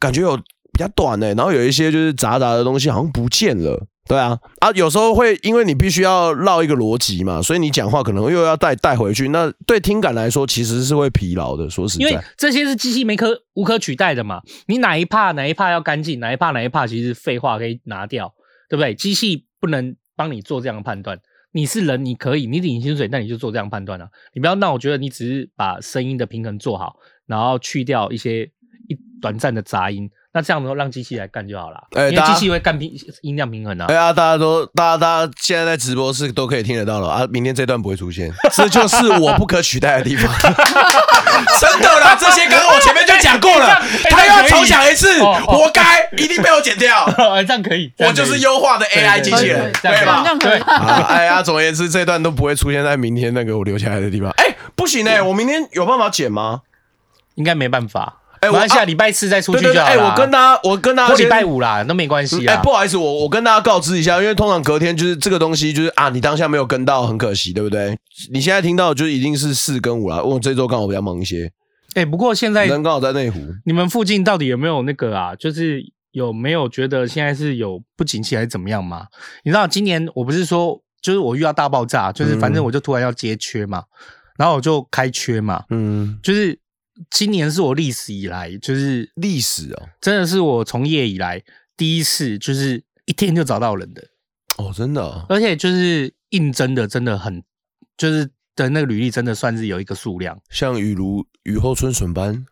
Speaker 2: 感觉有比较短呢、然后有一些就是杂杂的东西好像不见了。对啊，啊，有时候会因为你必须要绕一个逻辑嘛，所以你讲话可能又要带带回去，那对听感来说其实是会疲劳的。说实
Speaker 4: 因为
Speaker 2: 在，
Speaker 4: 这些是机器没可无可取代的嘛。你哪一帕哪一帕要干净，哪一帕哪一帕其实废话可以拿掉，对不对？机器不能帮你做这样的判断。你是人，你可以，你领薪水，那你就做这样判断了、啊你不要让我觉得你只是把声音的平衡做好，然后去掉一些一短暂的杂音，那这样子让机器来干就好了。
Speaker 2: 哎
Speaker 4: 因为
Speaker 2: 大家
Speaker 4: 机器会干平音量平衡
Speaker 2: <laughs>
Speaker 4: 啊
Speaker 2: 哎。呀，大家都大家大家现在在直播室都可以听得到了啊，明天这段不会出
Speaker 4: <laughs>
Speaker 2: 现，这就是我不可取代的地方。
Speaker 5: 真的啦，这些刚刚我前面就讲过了
Speaker 4: 哎哎，
Speaker 5: 他又
Speaker 4: 可
Speaker 5: 要
Speaker 4: 以
Speaker 5: 重讲一次，
Speaker 4: 哦哦
Speaker 5: 活该，一定被我剪掉。
Speaker 4: 哎这样可以，这
Speaker 5: 我
Speaker 4: 样可以
Speaker 5: 就是优化的 AI 机器人，
Speaker 4: 对对
Speaker 5: 对
Speaker 4: 对
Speaker 5: 吧
Speaker 3: 这？样可以
Speaker 4: 对
Speaker 2: 啊， <laughs> 哎呀，总而言之，这段都不会出现在明天那个我留下来的地方。哎、不行哎、我明天有办法剪吗？
Speaker 4: 应该没办法。
Speaker 2: 哎我
Speaker 4: 我下礼拜四再出
Speaker 2: 对
Speaker 4: 去
Speaker 2: 对
Speaker 4: 就
Speaker 2: 对，
Speaker 4: 好了。
Speaker 2: 哎、我跟大家，我跟大家
Speaker 4: 或
Speaker 2: 先
Speaker 4: 礼拜。五啦，都没关系
Speaker 2: 哎、
Speaker 4: 啊。
Speaker 2: 不好意思，我我跟大家告知一下，因为通常隔天就是这个东西，就是啊，你当下没有跟到，很可惜，对不对？你现在听到就是一定是四跟五啦。我这周刚好比较忙一些，
Speaker 4: 哎、不过现在
Speaker 2: 人刚好在内湖。
Speaker 4: 你们附近到底有没有那个啊？就是有没有觉得现在是有不景气还是怎么样吗？你知道今年我不是说，就是我遇到大爆炸，就是反正我就突然要接缺嘛，然后我就开缺嘛，
Speaker 2: 嗯，
Speaker 4: 就是今年是我历史以来，就是
Speaker 2: 历史哦，
Speaker 4: 真的是我从业以来第一次，就是一天就找到人的。
Speaker 2: 哦，真的、哦，
Speaker 4: 而且就是应征的真的很，就是的那个履历真的算是有一个数量，
Speaker 2: 像雨如雨后春笋般，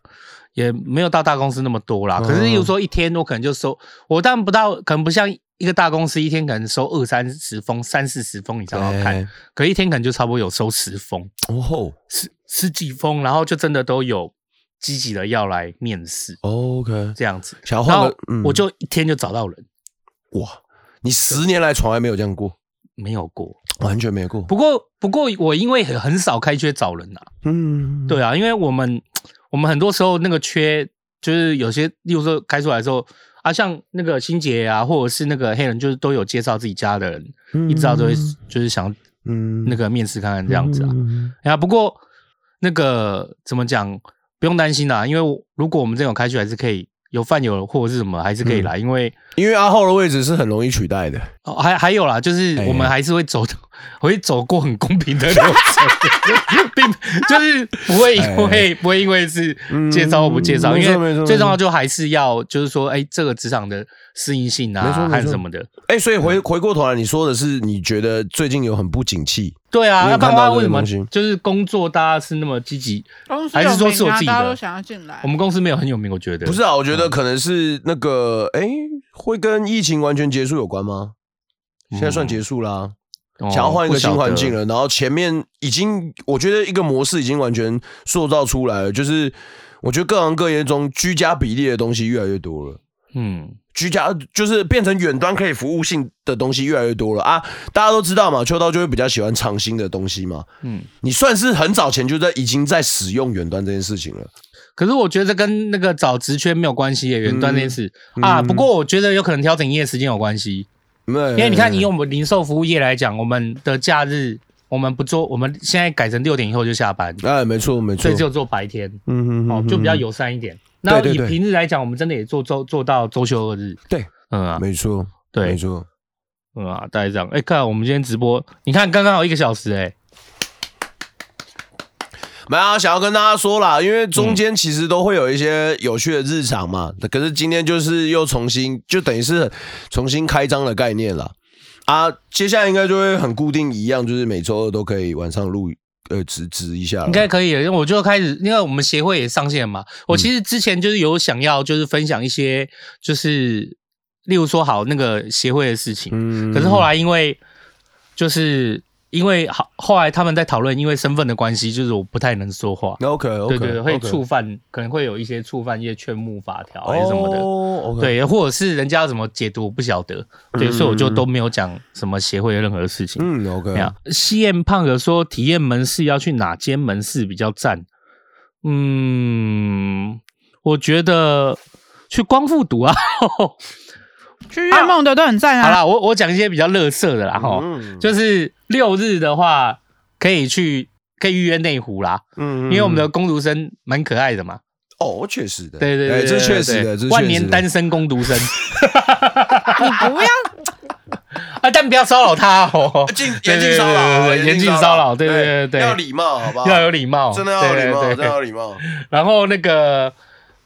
Speaker 4: 也没有到大公司那么多啦。
Speaker 2: 嗯
Speaker 4: 可是，例如说一天我可能就收，我当然不到，可能不像一个大公司一天可能收二三十封、三四十封，你才要看
Speaker 2: 哎。
Speaker 4: 可一天可能就差不多有收十封、
Speaker 2: 哦吼
Speaker 4: 十十几封，然后就真的都有积极的要来面试
Speaker 2: 哦，OK，
Speaker 4: 这样子。
Speaker 2: 想要
Speaker 4: 然
Speaker 2: 换
Speaker 4: 后
Speaker 2: 个，嗯
Speaker 4: 我就一天就找到人，
Speaker 2: 哇，你十年来从来没有这样过，
Speaker 4: 没有过。
Speaker 2: 完全没有过。
Speaker 4: 不过，不过我因为很很少开缺找人啊，
Speaker 2: 嗯，
Speaker 4: 对啊，因为我们我们很多时候那个缺，就是有些，例如说开出来的时候啊，像那个新杰啊，或者是那个黑人，就是都有介绍自己家的人，
Speaker 2: 嗯
Speaker 4: 一直到都会就是想
Speaker 2: 嗯
Speaker 4: 那个面试看看这样子啊。
Speaker 2: 嗯
Speaker 4: 哎呀，不过那个怎么讲，不用担心啦、因为我如果我们这种开出来是可以有饭有或者是什么，还是
Speaker 2: 嗯
Speaker 4: 可以来，因为
Speaker 2: 因为阿浩的位置是很容以取代的。
Speaker 4: 哦还还有啦，就是
Speaker 2: 哎
Speaker 4: 我们还是会走到， <laughs> 我会走过很公平的流程， <laughs> 并就是不会因为不会因为是介绍或不介绍，
Speaker 2: 哎嗯没
Speaker 4: 因
Speaker 2: 错没错
Speaker 4: 为最重要就还是要就是说，哎，这个职场的适应性
Speaker 2: 没错
Speaker 4: 啊，
Speaker 2: 没错
Speaker 4: 还有什么的，
Speaker 2: 哎、所以回
Speaker 4: 嗯
Speaker 2: 回过头来，你说的是你觉得最近有很不景气，
Speaker 4: 对啊，
Speaker 2: 你有
Speaker 4: 要不
Speaker 2: 看
Speaker 4: 然的
Speaker 2: 到
Speaker 4: 话为什么
Speaker 2: 这个东西
Speaker 4: 就是工作大家是那么积极？
Speaker 3: 公司
Speaker 4: 还是
Speaker 3: 有
Speaker 4: 说
Speaker 3: 名
Speaker 4: 是我
Speaker 3: 啊
Speaker 4: 自己
Speaker 3: 大家
Speaker 4: 的
Speaker 3: 都想要进来
Speaker 4: 我。们公司没有很有名，我觉得
Speaker 2: 哎不是啊？我觉得可能是那个，哎、会跟疫情完全结束有关吗？现在算结束啦、
Speaker 4: 嗯哦
Speaker 2: 想要换一个新环境啊
Speaker 4: 不晓
Speaker 2: 了。
Speaker 4: 得
Speaker 2: 然后前面已经，我觉得一个模式已经完全塑造出来了，就是我觉得各行各业中居家比例的东西越来越多了。
Speaker 4: 嗯，
Speaker 2: 居家就是变成远端可以服务性的东西越来越多了啊！大家都知道嘛，秋刀就会比较喜欢长新的东西嘛。嗯
Speaker 4: 嗯，
Speaker 2: 你算是很早前就在已经在使用远端这件事情了。
Speaker 4: 可是我觉得这跟那个找职缺没有关系耶，远端这件事、
Speaker 2: 嗯
Speaker 4: 啊。
Speaker 2: 嗯
Speaker 4: 不过我觉得有可能调整营业时间有关系，
Speaker 2: 因
Speaker 4: 因为你看，你用我们零售服务业来讲，我们的假日我们不做，我们现在改成六点以后就下班，
Speaker 2: 哎，没错没错，
Speaker 4: 所以只有做白天，
Speaker 2: 嗯
Speaker 4: 哦，就比较友善一点。那
Speaker 2: 对
Speaker 4: 以
Speaker 2: 对对
Speaker 4: 平日来讲，我们真的也做周做到周休二日。
Speaker 2: 对，
Speaker 4: 嗯啊，
Speaker 2: 没错，没
Speaker 4: 对，
Speaker 2: 错。
Speaker 4: 嗯啊，大概这样。哎，看我们今天直播，你看刚刚好一个小时，哎，
Speaker 2: 没有、啊、想要跟大家说啦，因为中间其实都会有一些有趣的日常嘛，可是今天就是又重新，就等于是重新开张的概念啦。啊，接下来应该就会很固定一样，就是每周二都可以晚上录呃直直一下了。
Speaker 4: 应该可以了，因为我就开始，因为我们协会也上线嘛。
Speaker 2: 嗯
Speaker 4: 我其实之前就是有想要，就是分享一些，就是例如说好那个协会的事情，
Speaker 2: 嗯
Speaker 4: 可是后来因为就是因为好，后来他们在讨论，因为身份的关系，就是我不太能说话。
Speaker 2: OK OK，
Speaker 4: 对对对，会触犯，可能会有一些触犯一些劝募法条还是什么的。
Speaker 2: 哦，OK，
Speaker 4: 对，或者是人家要怎么解读，我不晓得。对，所以我就都没有讲什么协会的任何事情。
Speaker 2: 嗯 OK，
Speaker 4: 没有，西燕胖哥说体验门市要去哪间门市比较赞？嗯，我觉得去光复读
Speaker 2: <laughs>
Speaker 4: 啊。
Speaker 3: 去月梦的都很赞
Speaker 4: 好
Speaker 3: 啊，
Speaker 4: 啦，我我讲一些比较乐色的啦哈、
Speaker 2: 嗯
Speaker 4: 就是六日的话可以去可以预约内湖啦，
Speaker 2: 嗯
Speaker 4: 因为我们的工读生蛮可爱的嘛。
Speaker 2: 哦，确实的，
Speaker 4: 对对对
Speaker 2: 哎这
Speaker 4: 对
Speaker 2: 确实的，
Speaker 4: 对
Speaker 2: 这
Speaker 4: 万
Speaker 2: 确实
Speaker 4: 年
Speaker 2: 的
Speaker 4: 单身工读生 <laughs>
Speaker 3: 你不要
Speaker 4: 啊，但不要骚扰他
Speaker 2: <laughs>
Speaker 4: 哦，
Speaker 2: 禁
Speaker 4: 对
Speaker 2: 严禁骚
Speaker 4: 对
Speaker 2: 扰，哎
Speaker 4: 对对严禁骚扰，对对对对，
Speaker 2: 要礼貌，好吧，
Speaker 4: <laughs> 要有礼貌，
Speaker 2: 啊真的要有礼貌，
Speaker 4: 对对
Speaker 2: 真
Speaker 4: 对
Speaker 2: 的要有礼貌。
Speaker 4: 然后那个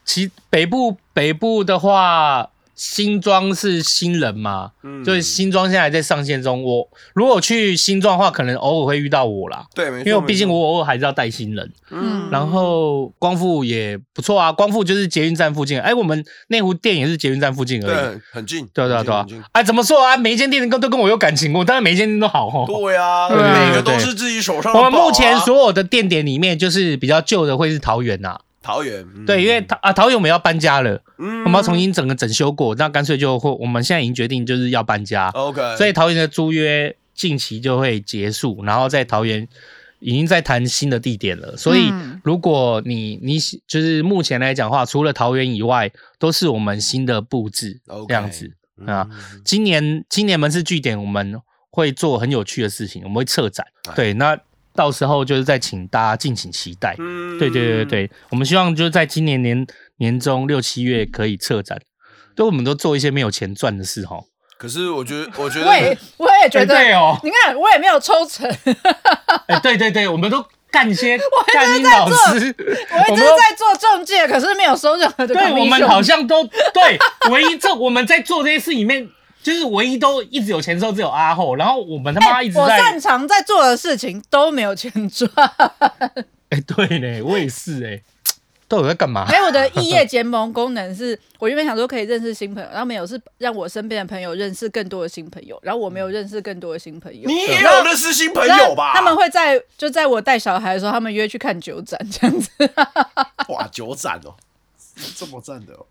Speaker 4: 其北部北部的话，新庄是新人嘛，
Speaker 2: 嗯
Speaker 4: 就是新庄现在还在上线中。我如果去新庄的话，可能偶尔会遇到我啦，
Speaker 2: 对，没
Speaker 4: 因
Speaker 2: 错
Speaker 4: 为我毕竟
Speaker 2: 没
Speaker 4: 我
Speaker 2: 错
Speaker 4: 偶尔还是要带新人。
Speaker 3: 嗯
Speaker 4: 然后光复也不错啊，光复就是捷运站附近，哎，我们内湖店也是捷运站附近而已。
Speaker 2: 对很近，
Speaker 4: 对啊对啊
Speaker 2: 很近
Speaker 4: 对啊
Speaker 2: 很近，
Speaker 4: 哎，怎么说啊？每一间店都都跟我有感情，我当然每一间店都好哦。
Speaker 2: 对啊，
Speaker 3: 对啊
Speaker 2: 每个都
Speaker 4: 对
Speaker 2: 是自己手上的
Speaker 4: 我
Speaker 2: 宝啊。
Speaker 4: 们目前所有的店点里面，就是比较旧的会是桃园呐、啊
Speaker 2: 桃园，嗯
Speaker 4: 对，因为桃啊桃园我们要搬家了，
Speaker 2: 嗯
Speaker 4: 我们要重新整个整修过，那干脆就会，我们现在已经决定就是要搬家，
Speaker 2: OK，
Speaker 4: 所以桃园的租约近期就会结束，然后在桃园已经在谈新的地点了。所以
Speaker 3: 嗯
Speaker 4: 如果你你喜就是目前来讲的话，除了桃园以外，都是我们新的布置
Speaker 2: OK
Speaker 4: 这样子
Speaker 2: 嗯
Speaker 4: 啊。今年今年门市据点我们会做很有趣的事情，我们会策展，对，那到时候就是再请大家敬请期待。
Speaker 2: 嗯
Speaker 4: 对对对对，我们希望就是在今年年年中六七月可以策展，对，我们都做一些没有钱赚的事哈。
Speaker 2: 可是我
Speaker 4: <laughs>
Speaker 2: 觉得，我觉得
Speaker 3: 我也我也觉得
Speaker 4: 哎对哦，
Speaker 3: 你看我也没有抽
Speaker 4: <laughs>
Speaker 3: 成，
Speaker 4: 哎，对对对，我们都干一
Speaker 3: <laughs>
Speaker 4: 些干
Speaker 3: 真
Speaker 4: 音
Speaker 3: 的在
Speaker 4: 老
Speaker 3: 做
Speaker 4: 师，
Speaker 3: 我一直
Speaker 4: 们都
Speaker 3: 在做中介，可是没有收任何的 commission。
Speaker 4: 对，我们好像都 <laughs> 对，唯一这我们在做这些事里面，就是唯一都一直有钱收，只有阿后，然后我们他妈一直
Speaker 3: 哎我
Speaker 4: 在，
Speaker 3: 擅长在做的事情都没有钱
Speaker 4: <laughs>
Speaker 3: 赚。
Speaker 4: 哎，对呢，我也是哎，到底在干嘛
Speaker 3: 还？有我的异业结盟功能是，我原本想说可以认识新朋友，然后没有是让我身边的朋友认识更多的新朋友，然后我没有认识更多的新朋友。
Speaker 2: 你也有认识新朋友吧？
Speaker 3: 他们会在就在我带小孩的时候，他们约去看酒展这样子。
Speaker 2: 哇九展哦， <laughs> 这么赞的哦。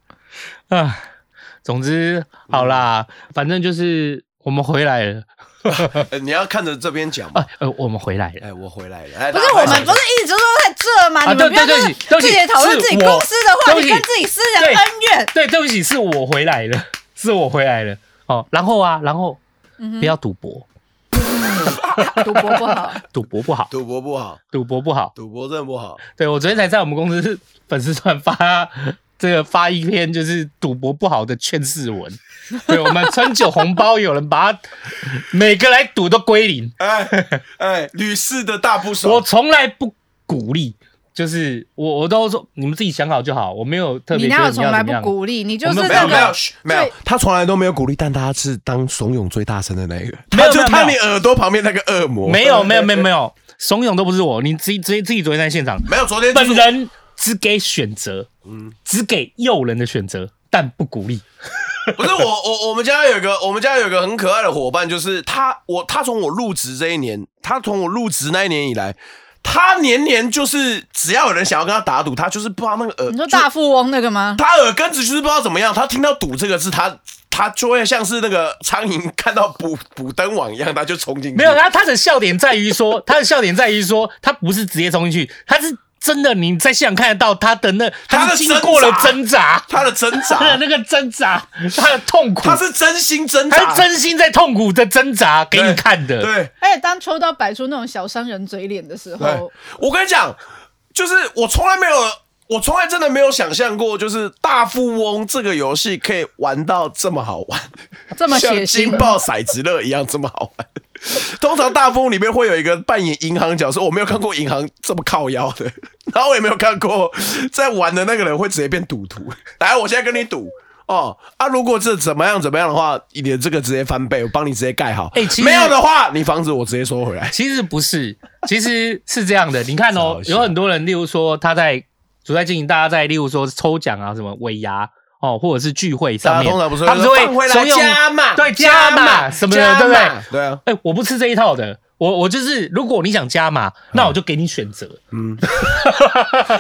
Speaker 4: 啊，总之好啦，反正就是我们回来了，
Speaker 2: 呃你要看着这边讲嘛。
Speaker 4: 啊，呃，我们回来了。
Speaker 2: 哎，我回来了。哎
Speaker 3: 不是
Speaker 2: 大家
Speaker 3: 我
Speaker 2: 快点
Speaker 3: 们不是一直都在这吗？
Speaker 4: 啊
Speaker 3: 你们不要
Speaker 4: 对
Speaker 3: 就
Speaker 4: 对
Speaker 3: 是
Speaker 4: 对不
Speaker 3: 自
Speaker 4: 起
Speaker 3: 己讨论自己
Speaker 4: 是我
Speaker 3: 公司的话
Speaker 4: 对不
Speaker 3: 题，
Speaker 4: 起
Speaker 3: 跟自己私人
Speaker 4: 对
Speaker 3: 恩怨。
Speaker 4: 对，对不起，是我回来了，是我回来了。哦，然后啊，然后、不要赌博，
Speaker 3: <laughs> 赌博不好，
Speaker 4: 赌博不好，
Speaker 2: 赌博不好，
Speaker 4: 赌博不好。
Speaker 2: 赌博真的不好。
Speaker 4: 对我昨天才在我们公司粉丝团发这个发一篇就是赌博不好的劝世文。对我们春酒红包，有人把它每个来赌都归零。
Speaker 2: 哎哎，屡试的大不
Speaker 4: 我
Speaker 2: 爽，
Speaker 4: 从来不鼓励，就是我我都说你们自己想好就好，我没有 <laughs> 特别
Speaker 3: 你
Speaker 4: 觉得
Speaker 3: 哪有
Speaker 4: 你
Speaker 3: 从
Speaker 4: 要
Speaker 3: 来
Speaker 4: 怎么
Speaker 3: 不
Speaker 4: 样。
Speaker 3: 鼓励？你就
Speaker 4: 我
Speaker 3: 是
Speaker 4: 们
Speaker 2: 没有
Speaker 3: 那
Speaker 2: 没有
Speaker 3: 个，
Speaker 2: 嘘没有，
Speaker 6: 他从来都没有鼓励，但他是当怂恿最大声的那个，
Speaker 4: 没
Speaker 6: 他
Speaker 4: 有
Speaker 6: 就
Speaker 4: 没有
Speaker 6: 他
Speaker 4: 没
Speaker 6: 你
Speaker 4: 有
Speaker 6: 耳朵旁边那个恶魔，
Speaker 4: 没有没有没有没有，怂恿都不是我，你自己自己自己昨天在现场，
Speaker 2: 没有昨天就是
Speaker 4: 本人只给选择，只给诱人的选择，但不鼓励。
Speaker 2: 不是我我我们家有一个我们家有一个很可爱的伙伴，就是他我他从我入职这一年，他从我入职那一年以来，他年年就是只要有人想要跟他打赌，他就是不知道那个耳，
Speaker 3: 你说
Speaker 2: 就
Speaker 3: 大富翁那个 <laughs> 吗？
Speaker 2: 他耳根子就是不知道怎么样，他听到“赌”这个字，他他就会像是那个苍蝇看到捕捕灯网一样，他就冲进去。
Speaker 4: 没有，他他的笑点在于说，他的笑点在于说，他不是直接冲进去，他是真的，你在现场看得到他的那，
Speaker 2: 他的
Speaker 4: 是经过了挣扎，
Speaker 2: 他的挣 <laughs> 扎
Speaker 4: 他，的那个挣扎，他的痛苦，
Speaker 2: 他是真心挣扎，
Speaker 4: 他是真心在痛苦的挣扎给你看的。
Speaker 2: 对。
Speaker 3: 而且哎当抽到摆出那种小商人嘴脸的时
Speaker 2: 对
Speaker 3: 候，，
Speaker 2: 我跟你讲，就是我从来没有，我从来真的没有想象过，就是大富翁这个游戏可以玩到这么好玩，
Speaker 3: <laughs> 这么血
Speaker 2: 像
Speaker 3: 腥
Speaker 2: 金爆骰子乐一样这么好玩。通常大富翁里面会有一个扮演银行角色，我没有看过银行这么靠腰的，然后我也没有看过在玩的那个人会直接变赌徒。来，我现在跟你赌。哦啊！如果这怎么样怎么样的话，你的这个直接翻倍，我帮你直接盖好。
Speaker 4: 哎其实
Speaker 2: 没有的话，你房子我直接收回来。
Speaker 4: 其实不是，其实是这样的。你看哦
Speaker 6: 好，笑
Speaker 4: 有很多人，例如说他在主在进行，大家在例如说抽奖啊，什么尾牙哦，或者是聚会上
Speaker 2: 大家
Speaker 4: 面，
Speaker 2: 通常不是
Speaker 4: 他们
Speaker 2: 说
Speaker 4: 就会
Speaker 2: 放回来
Speaker 4: 怂恿
Speaker 2: 加码
Speaker 4: 对加码什么的，对不对？
Speaker 2: 对啊，
Speaker 4: 哎、我不吃这一套的。我我就是，如果你想加码，那我就给你选择。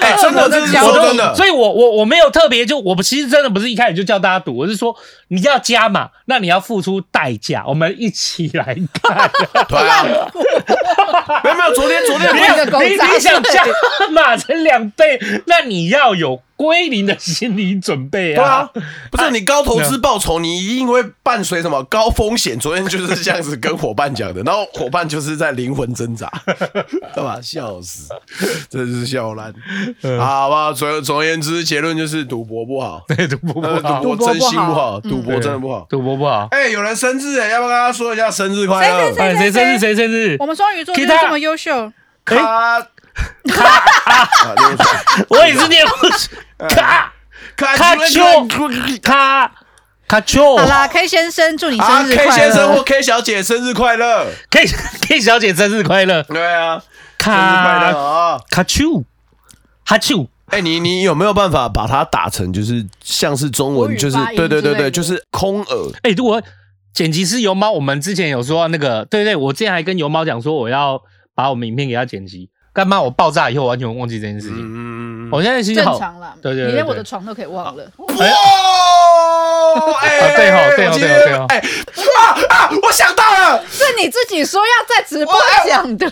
Speaker 2: 哎、真的，真的，
Speaker 4: 我
Speaker 2: 说
Speaker 4: 都
Speaker 2: 真的，
Speaker 4: 所以我我我没有特别就，我其实真的不是一开始就叫大家赌，我是说你要加码，那你要付出代价。我们一起来 <laughs> 看。
Speaker 2: 对啊，没有没有，昨天昨天
Speaker 4: 你
Speaker 3: 那个狗
Speaker 4: 你
Speaker 3: 杂
Speaker 4: 你想
Speaker 3: 碎
Speaker 4: 加码成两倍，那你要有归零的心理准备
Speaker 2: 对啊
Speaker 4: 啊。，
Speaker 2: 不是你高投资报酬，你一定会伴随什么高风险。昨天就是这样子跟伙伴讲的，然后伙伴就是在灵魂挣扎， <laughs> 对吧？笑死，真是笑烂。好吧，总总而言之，结论就是赌博不好，
Speaker 4: <laughs> 对，赌博
Speaker 2: 呃
Speaker 4: 不好，
Speaker 2: 赌
Speaker 3: 赌博
Speaker 2: 博真心
Speaker 3: 不好
Speaker 2: 不好，赌博真的不好。
Speaker 4: 赌博不好。
Speaker 2: 哎，有人生日哎，要不要跟他说一下生日快
Speaker 3: 谁
Speaker 2: 乐？
Speaker 4: 哎，谁生日？谁生日
Speaker 3: 我？们双鱼座就是
Speaker 4: 给他哦
Speaker 3: 这么优秀，
Speaker 2: 咔咔，啊对不起
Speaker 4: 我也是念
Speaker 2: <laughs>
Speaker 4: 不出。咔
Speaker 2: 咔咔
Speaker 4: 咔咔咔丘。
Speaker 3: 好啦，K 先生，祝你
Speaker 2: 啊
Speaker 3: 生日快
Speaker 2: ，K
Speaker 3: 乐！
Speaker 2: 先生或 K 小姐生日快乐！
Speaker 4: K K 小姐生日快乐！
Speaker 2: 对啊，生日快乐
Speaker 4: 咔
Speaker 2: 啊！
Speaker 4: 咔丘，哈丘。
Speaker 2: <laughs>
Speaker 6: 哎、你你有没有办法把它打成就是像是中
Speaker 3: 国
Speaker 6: 文，
Speaker 3: 语
Speaker 6: 就是
Speaker 3: 发音
Speaker 6: 对对
Speaker 3: 之
Speaker 6: 对
Speaker 3: 类的
Speaker 6: 对，就是空耳，
Speaker 4: 哎，如果剪辑师油猫，我们之前有说那个，对对，我之前还跟油猫讲说，我要把我们影片给他剪辑。干妈，我爆炸以后完全忘记这件事情。
Speaker 2: 嗯，
Speaker 4: 我现在心情
Speaker 3: 正
Speaker 4: 好，啊
Speaker 3: 常啦，
Speaker 4: 对对对对
Speaker 3: 你连我的床都可以忘了。
Speaker 2: 哇！哎，
Speaker 4: 哦哎啊对吼对
Speaker 2: 我
Speaker 4: 吼
Speaker 2: 今
Speaker 4: 对
Speaker 2: 天
Speaker 4: 吼对吼
Speaker 2: 哎啊啊！我想到了，
Speaker 3: 是你自己说要在直播讲
Speaker 4: <laughs>
Speaker 3: 的，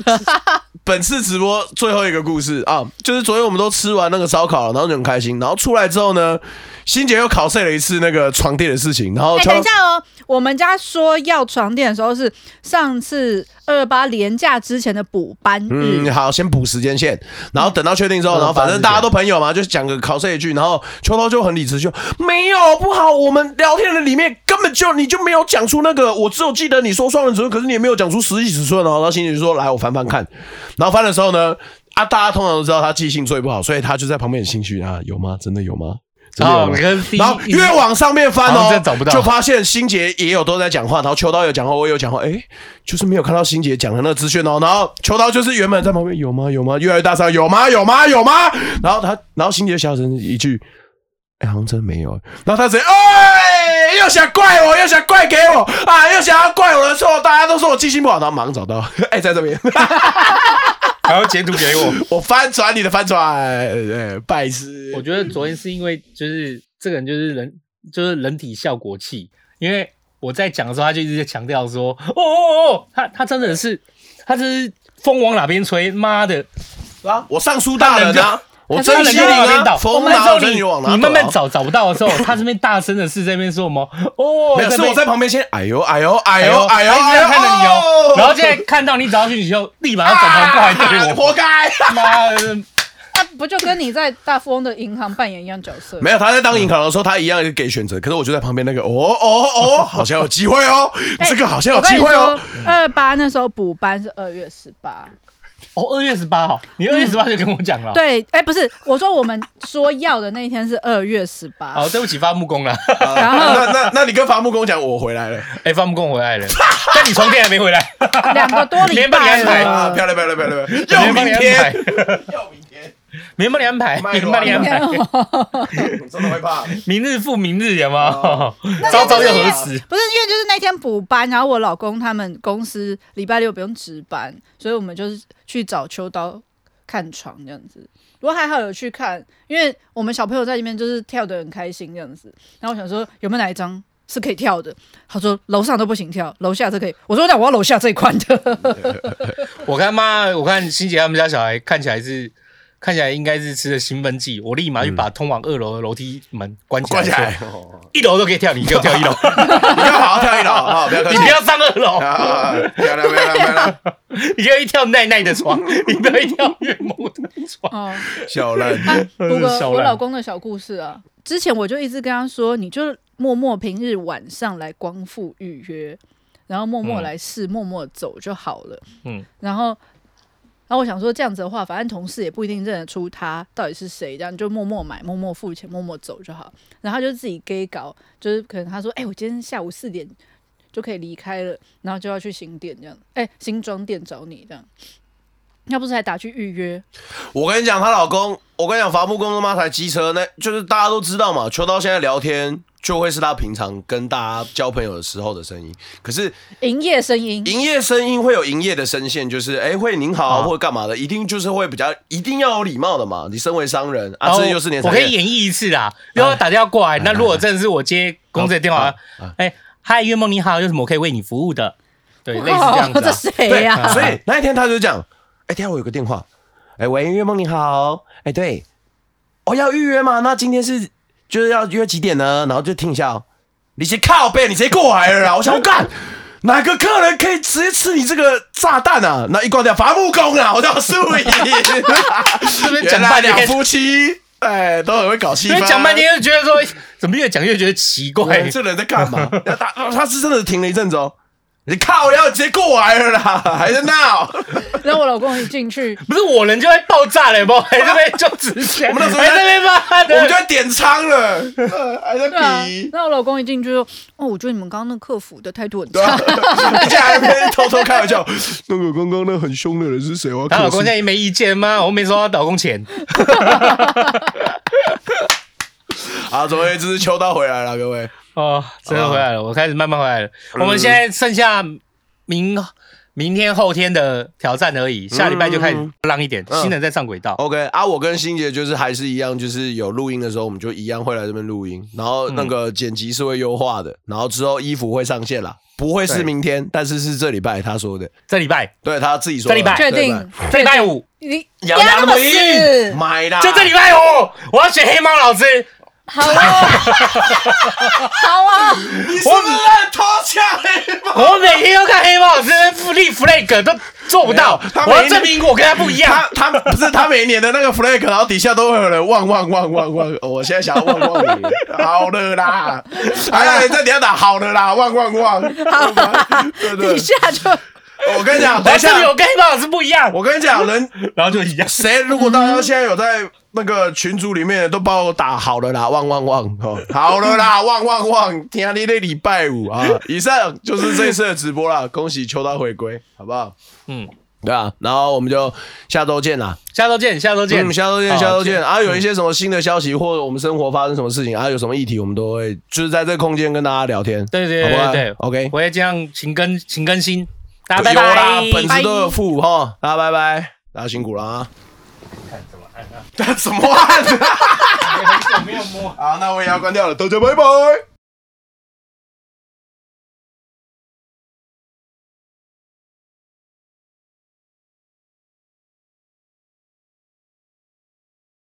Speaker 2: 本次直播最后一个故事啊，就是昨天我们都吃完那个烧烤了，然后就很开心，然后出来之后呢，欣姐又考试了一次那个床垫的事情，然后
Speaker 3: 哎、
Speaker 2: 她
Speaker 3: 等一下哦，我们家说要床垫的时候是上次二八连假之前的补班日，
Speaker 2: 嗯，好，先补时间线，然后等到确定之后，
Speaker 4: 嗯
Speaker 2: 然后反正
Speaker 4: 嗯
Speaker 2: 大家都朋友嘛，就讲个 cos 一句，然后秋刀就很理直气壮，没有不好，我们聊天的里面根本就你就没有讲出那个，我只有记得你说双人尺寸，可是你也没有讲出实际尺寸哦，然后心里就说来我翻翻看，然后翻的时候呢，啊，大家通常都知道他记性最不好，所以他就在旁边很心虚啊，有吗？真的有吗？真的有
Speaker 4: 哦，
Speaker 2: 吗？
Speaker 4: 跟第一
Speaker 2: 然后越往上面翻
Speaker 4: 好像
Speaker 2: 哦
Speaker 4: 真的找不，到
Speaker 2: 就发现心杰也有都在讲话，然后秋刀有讲话，我也有讲话，哎，就是没有看到心杰讲的那个资讯哦。然后秋刀就是原本在旁边有吗有吗，越来越大声有吗有吗有吗，然后他然后心杰小声一句，哎，好像真的没有。然后他直接哎，又想怪我，又想怪给我啊，又想要怪我的错，大家都说我记性不好，然后马上找到， <laughs> 哎，在这
Speaker 4: <laughs>
Speaker 2: 边，
Speaker 4: 还要截图给我。
Speaker 2: <laughs> 我翻船你的翻船，哎，拜师。
Speaker 4: 我觉得昨天是因为就是这个人就是人就是人体效果器，因为我在讲的时候，他就一直在强调说，哦哦哦，他他真的是他这是风往哪边吹，妈的，
Speaker 2: 啊，我上苏大人啊，我
Speaker 4: 他
Speaker 2: 真
Speaker 4: 人
Speaker 2: 心
Speaker 4: 就
Speaker 2: 灵
Speaker 4: 往哪边
Speaker 2: 啊，
Speaker 4: 倒。我
Speaker 2: 风
Speaker 4: 们
Speaker 2: 哪有
Speaker 4: 说
Speaker 2: 真
Speaker 4: 你
Speaker 2: 有往哪
Speaker 4: 你慢慢
Speaker 2: 倒啊
Speaker 4: 找找不到的时候，他这边大声的是这边说什么？哦，
Speaker 2: 没有，是
Speaker 4: 边
Speaker 2: 我在旁边先哎呦哎呦哎
Speaker 4: 哎
Speaker 2: 呦
Speaker 4: 呦
Speaker 2: 哎呦
Speaker 4: 他一
Speaker 2: 哎呦，
Speaker 4: 直在看着你哦
Speaker 2: 哦，
Speaker 4: 然后现在看到你找到讯息后，立马要转头过来对
Speaker 2: 啊活
Speaker 4: 我，
Speaker 2: 该。
Speaker 4: 妈的，
Speaker 3: 那、不就跟你在大富翁的银行扮演一样角色？
Speaker 2: 没有，他在当银行的时候，他一样给选择。可是我就在旁边那个，哦哦哦，好像有机会哦，
Speaker 3: 哎
Speaker 2: 这个好像有机会哦。。
Speaker 3: 二八那时候补班是二月十八，
Speaker 4: 哦，二月十八号，你二月十八就跟我讲
Speaker 2: 嗯哦
Speaker 4: 了。，
Speaker 3: 对，哎，不是，我说我们说要的那一天是二月十八
Speaker 2: 哦
Speaker 4: 好，，对不起，伐木工了。
Speaker 3: 然后
Speaker 2: 那那那你跟伐木工讲，我回来了。
Speaker 4: 哎，伐木工回来了，但你床垫还没回来。
Speaker 3: 两个多礼
Speaker 2: <laughs>
Speaker 4: 连帮你
Speaker 3: 拜
Speaker 4: 安排
Speaker 2: 啊，
Speaker 3: 了，
Speaker 2: 漂亮漂亮漂亮！<laughs>
Speaker 4: 明
Speaker 2: 又
Speaker 4: 天帮你
Speaker 2: 明
Speaker 4: 安
Speaker 2: 天
Speaker 4: 排，，明天帮你安排，明天帮你
Speaker 3: <laughs>
Speaker 4: 安排，
Speaker 2: 真的会怕。
Speaker 4: 明日复明日，有
Speaker 2: 哦
Speaker 4: <laughs> 吗？
Speaker 3: 那
Speaker 4: 朝
Speaker 3: 天
Speaker 4: 朝
Speaker 3: 就是
Speaker 4: 又
Speaker 3: 因为
Speaker 4: 何时？
Speaker 3: 不是因为就是那天补班，然后我老公他们公司礼拜六不用值班，所以我们就是去找秋刀看床这样子。不过还好有去看，因为我们小朋友在里面就是跳的很开心这样子。然后我想说有没有哪一张是可以跳的？他说楼上都不行跳，楼下这可以。我说那我要楼下这一款的。
Speaker 4: 我看妈，我看欣姐他们家小孩看起来是。看起来应该是吃了兴奋剂，我立马就把通往二楼的楼梯门关起来，
Speaker 2: 嗯关起来，
Speaker 4: 说一楼都可以跳，你给我跳一
Speaker 2: <laughs>
Speaker 4: 楼，
Speaker 2: 你要好好跳一跳啊！不要客
Speaker 4: 你
Speaker 2: 气
Speaker 4: 不要上二楼，
Speaker 2: 啊！漂亮漂亮漂亮！
Speaker 4: 你不要一跳奈奈的床，你不要一跳岳母的床。
Speaker 3: 哦，
Speaker 2: 小烂，
Speaker 4: <laughs>
Speaker 3: 啊，不
Speaker 4: 真是
Speaker 3: 过
Speaker 4: 小
Speaker 3: 我
Speaker 4: 懒
Speaker 3: 老公的小故事啊，之前我就一直跟他说，你就默默平日晚上来光复预约，然后默默
Speaker 4: 嗯
Speaker 3: 来试，默默走就好了。
Speaker 4: 嗯，
Speaker 3: 然后，然后我想说这样子的话，反正同事也不一定认得出他到底是谁，这样就默默买、默默付钱、默默走就好。然后他就自己 gay 搞，就是可能他说：“哎、我今天下午四点就可以离开了，然后就要去新店这样，哎、新庄店找你这样。”要不是还打去预约，
Speaker 2: 我跟你讲，她老公，我跟你讲，伐木工他妈才机车，那就是大家都知道嘛。秋刀现在聊天就会是他平常跟大家交朋友的时候的声音，可是
Speaker 3: 营业声音，
Speaker 2: 营业声音会有营业的声线，就是哎、会您好、或者干嘛的，一定就是会比较一定要有礼貌的嘛。你身为商人 <laughs> 啊，这就是你的
Speaker 4: 我
Speaker 2: 产
Speaker 4: 可
Speaker 2: 业
Speaker 4: 以演绎一次啦。如果打电话过
Speaker 2: 啊
Speaker 4: 来，那如果真的是我接公司的电话，哎，嗨，月梦你好，有什么我可以为你服务的？对，类似这样子
Speaker 3: 哦这
Speaker 4: 啊。
Speaker 3: 谁呀、
Speaker 2: 哎
Speaker 3: <laughs>
Speaker 2: 所以那一天他就讲，哎、等一下我有个电话，哎、喂，月梦你好，哎、对，哦要预约吗？那今天是就是哦要约几点呢？然后就听一下哦，你先靠背，你直接过来了啦，我想我干。哪个客人可以直接吃你这个炸弹啊？那一挂掉伐木工啊，我叫苏怡，
Speaker 4: <laughs> 这边
Speaker 2: 原
Speaker 4: 讲
Speaker 2: 来
Speaker 4: 半
Speaker 2: 两 <laughs>
Speaker 4: 天，
Speaker 2: 夫妻，哎，都很会搞气
Speaker 4: 这
Speaker 2: 氛。
Speaker 4: 边讲半天就觉得说，哎怎么越讲越觉得奇怪
Speaker 2: 对，？这人在干嘛？他他他是真的停了一阵子哦。你靠，要直接过来了啦，还在闹。
Speaker 3: 然后我老公一进
Speaker 4: <laughs>
Speaker 3: 去，
Speaker 4: 不是我人就会爆炸了，不？ <laughs> 还这边就直接，
Speaker 2: 我们那时候
Speaker 4: 还这边吧，
Speaker 2: 我们就在点仓了，呃还在
Speaker 3: 对啊
Speaker 2: 比，， <laughs>
Speaker 3: 然后我老公一进去就，哦，我觉得你们刚刚那客服的态度很
Speaker 2: 对
Speaker 3: 差
Speaker 2: 啊，，而且还在那边偷偷开玩笑。那个刚刚那很凶的人是谁？我要
Speaker 4: 她老公
Speaker 2: 克
Speaker 4: 现
Speaker 2: 死
Speaker 4: 在没意见吗？我没收到老公
Speaker 2: <laughs>
Speaker 4: 钱。
Speaker 2: 啊，总而言之，秋刀回来了，各位。
Speaker 4: 哦，真的回来了，我开始慢慢回来了。
Speaker 2: 嗯
Speaker 4: 我们现在剩下明明天后天的挑战而
Speaker 2: 嗯
Speaker 4: 已，下礼拜就开始浪一点，新人再上轨道。
Speaker 2: OK 啊，我跟欣姐就是还是一样，就是有录音的时候，我们就一样会来这边录音，然后那个剪辑是会优化的，然后之后衣服会上线啦，不会是
Speaker 4: 对
Speaker 2: 明天，但是是这礼拜他说的，
Speaker 4: 这礼拜，
Speaker 2: 对他自己说的，
Speaker 4: 这礼拜
Speaker 3: 确定
Speaker 4: 这礼拜五，
Speaker 3: 你
Speaker 2: 养牙那么硬，
Speaker 3: 死，
Speaker 2: 买啦，
Speaker 4: 就这礼拜五，我要选黑猫老师。
Speaker 3: 好啊，好啊，
Speaker 2: 我们在偷欸抢。
Speaker 4: 我每天都看黑猫老师复立 flag 都做不到
Speaker 2: 没有他，
Speaker 4: 我
Speaker 2: 每
Speaker 4: 要
Speaker 2: 一
Speaker 4: 证明我跟他不一样
Speaker 2: 他。他不是他每年的那个 flag，然后底下都会有人旺旺旺旺旺，哦我现在想要旺旺你，好了啦，哎，在底下打好了啦，旺旺旺，对对哦
Speaker 3: <laughs> 底，下就
Speaker 2: 我跟你讲，等
Speaker 4: 我
Speaker 2: 一
Speaker 4: 证
Speaker 2: 下
Speaker 4: 明，我跟黑猫老师不一样，
Speaker 2: 我跟你讲，人
Speaker 4: 然后就一样。
Speaker 2: 谁如果大家现在有在那个群组里面都帮我打好了啦，旺旺旺，哦，好了啦，旺旺旺，听你那礼拜五啊，以上就是这一次的直播啦，恭喜秋刀回归，好不好？
Speaker 4: 嗯，
Speaker 2: 对啊，然后我们就下周见啦。
Speaker 4: 下周见，下周见，嗯
Speaker 2: 嗯，下周见，
Speaker 4: 好
Speaker 2: 下周见。啊，有一些什么新的消息，或者我们生活发生什么事情，啊，有什么议题，我们都会就是在这个空间跟大家聊天。
Speaker 4: 对对
Speaker 2: 好不
Speaker 4: 对
Speaker 2: 好
Speaker 4: 对对
Speaker 2: ，OK，
Speaker 4: 我会这样勤更勤更新，大家拜
Speaker 2: 有啦
Speaker 4: 拜，。
Speaker 2: 本子都有付哈，大家拜拜，大家辛苦了啊。 <laughs> 看怎么按啊？怎么按啊？
Speaker 4: <laughs> 很久没有摸。
Speaker 2: 好，那我也要关掉了，大家拜拜。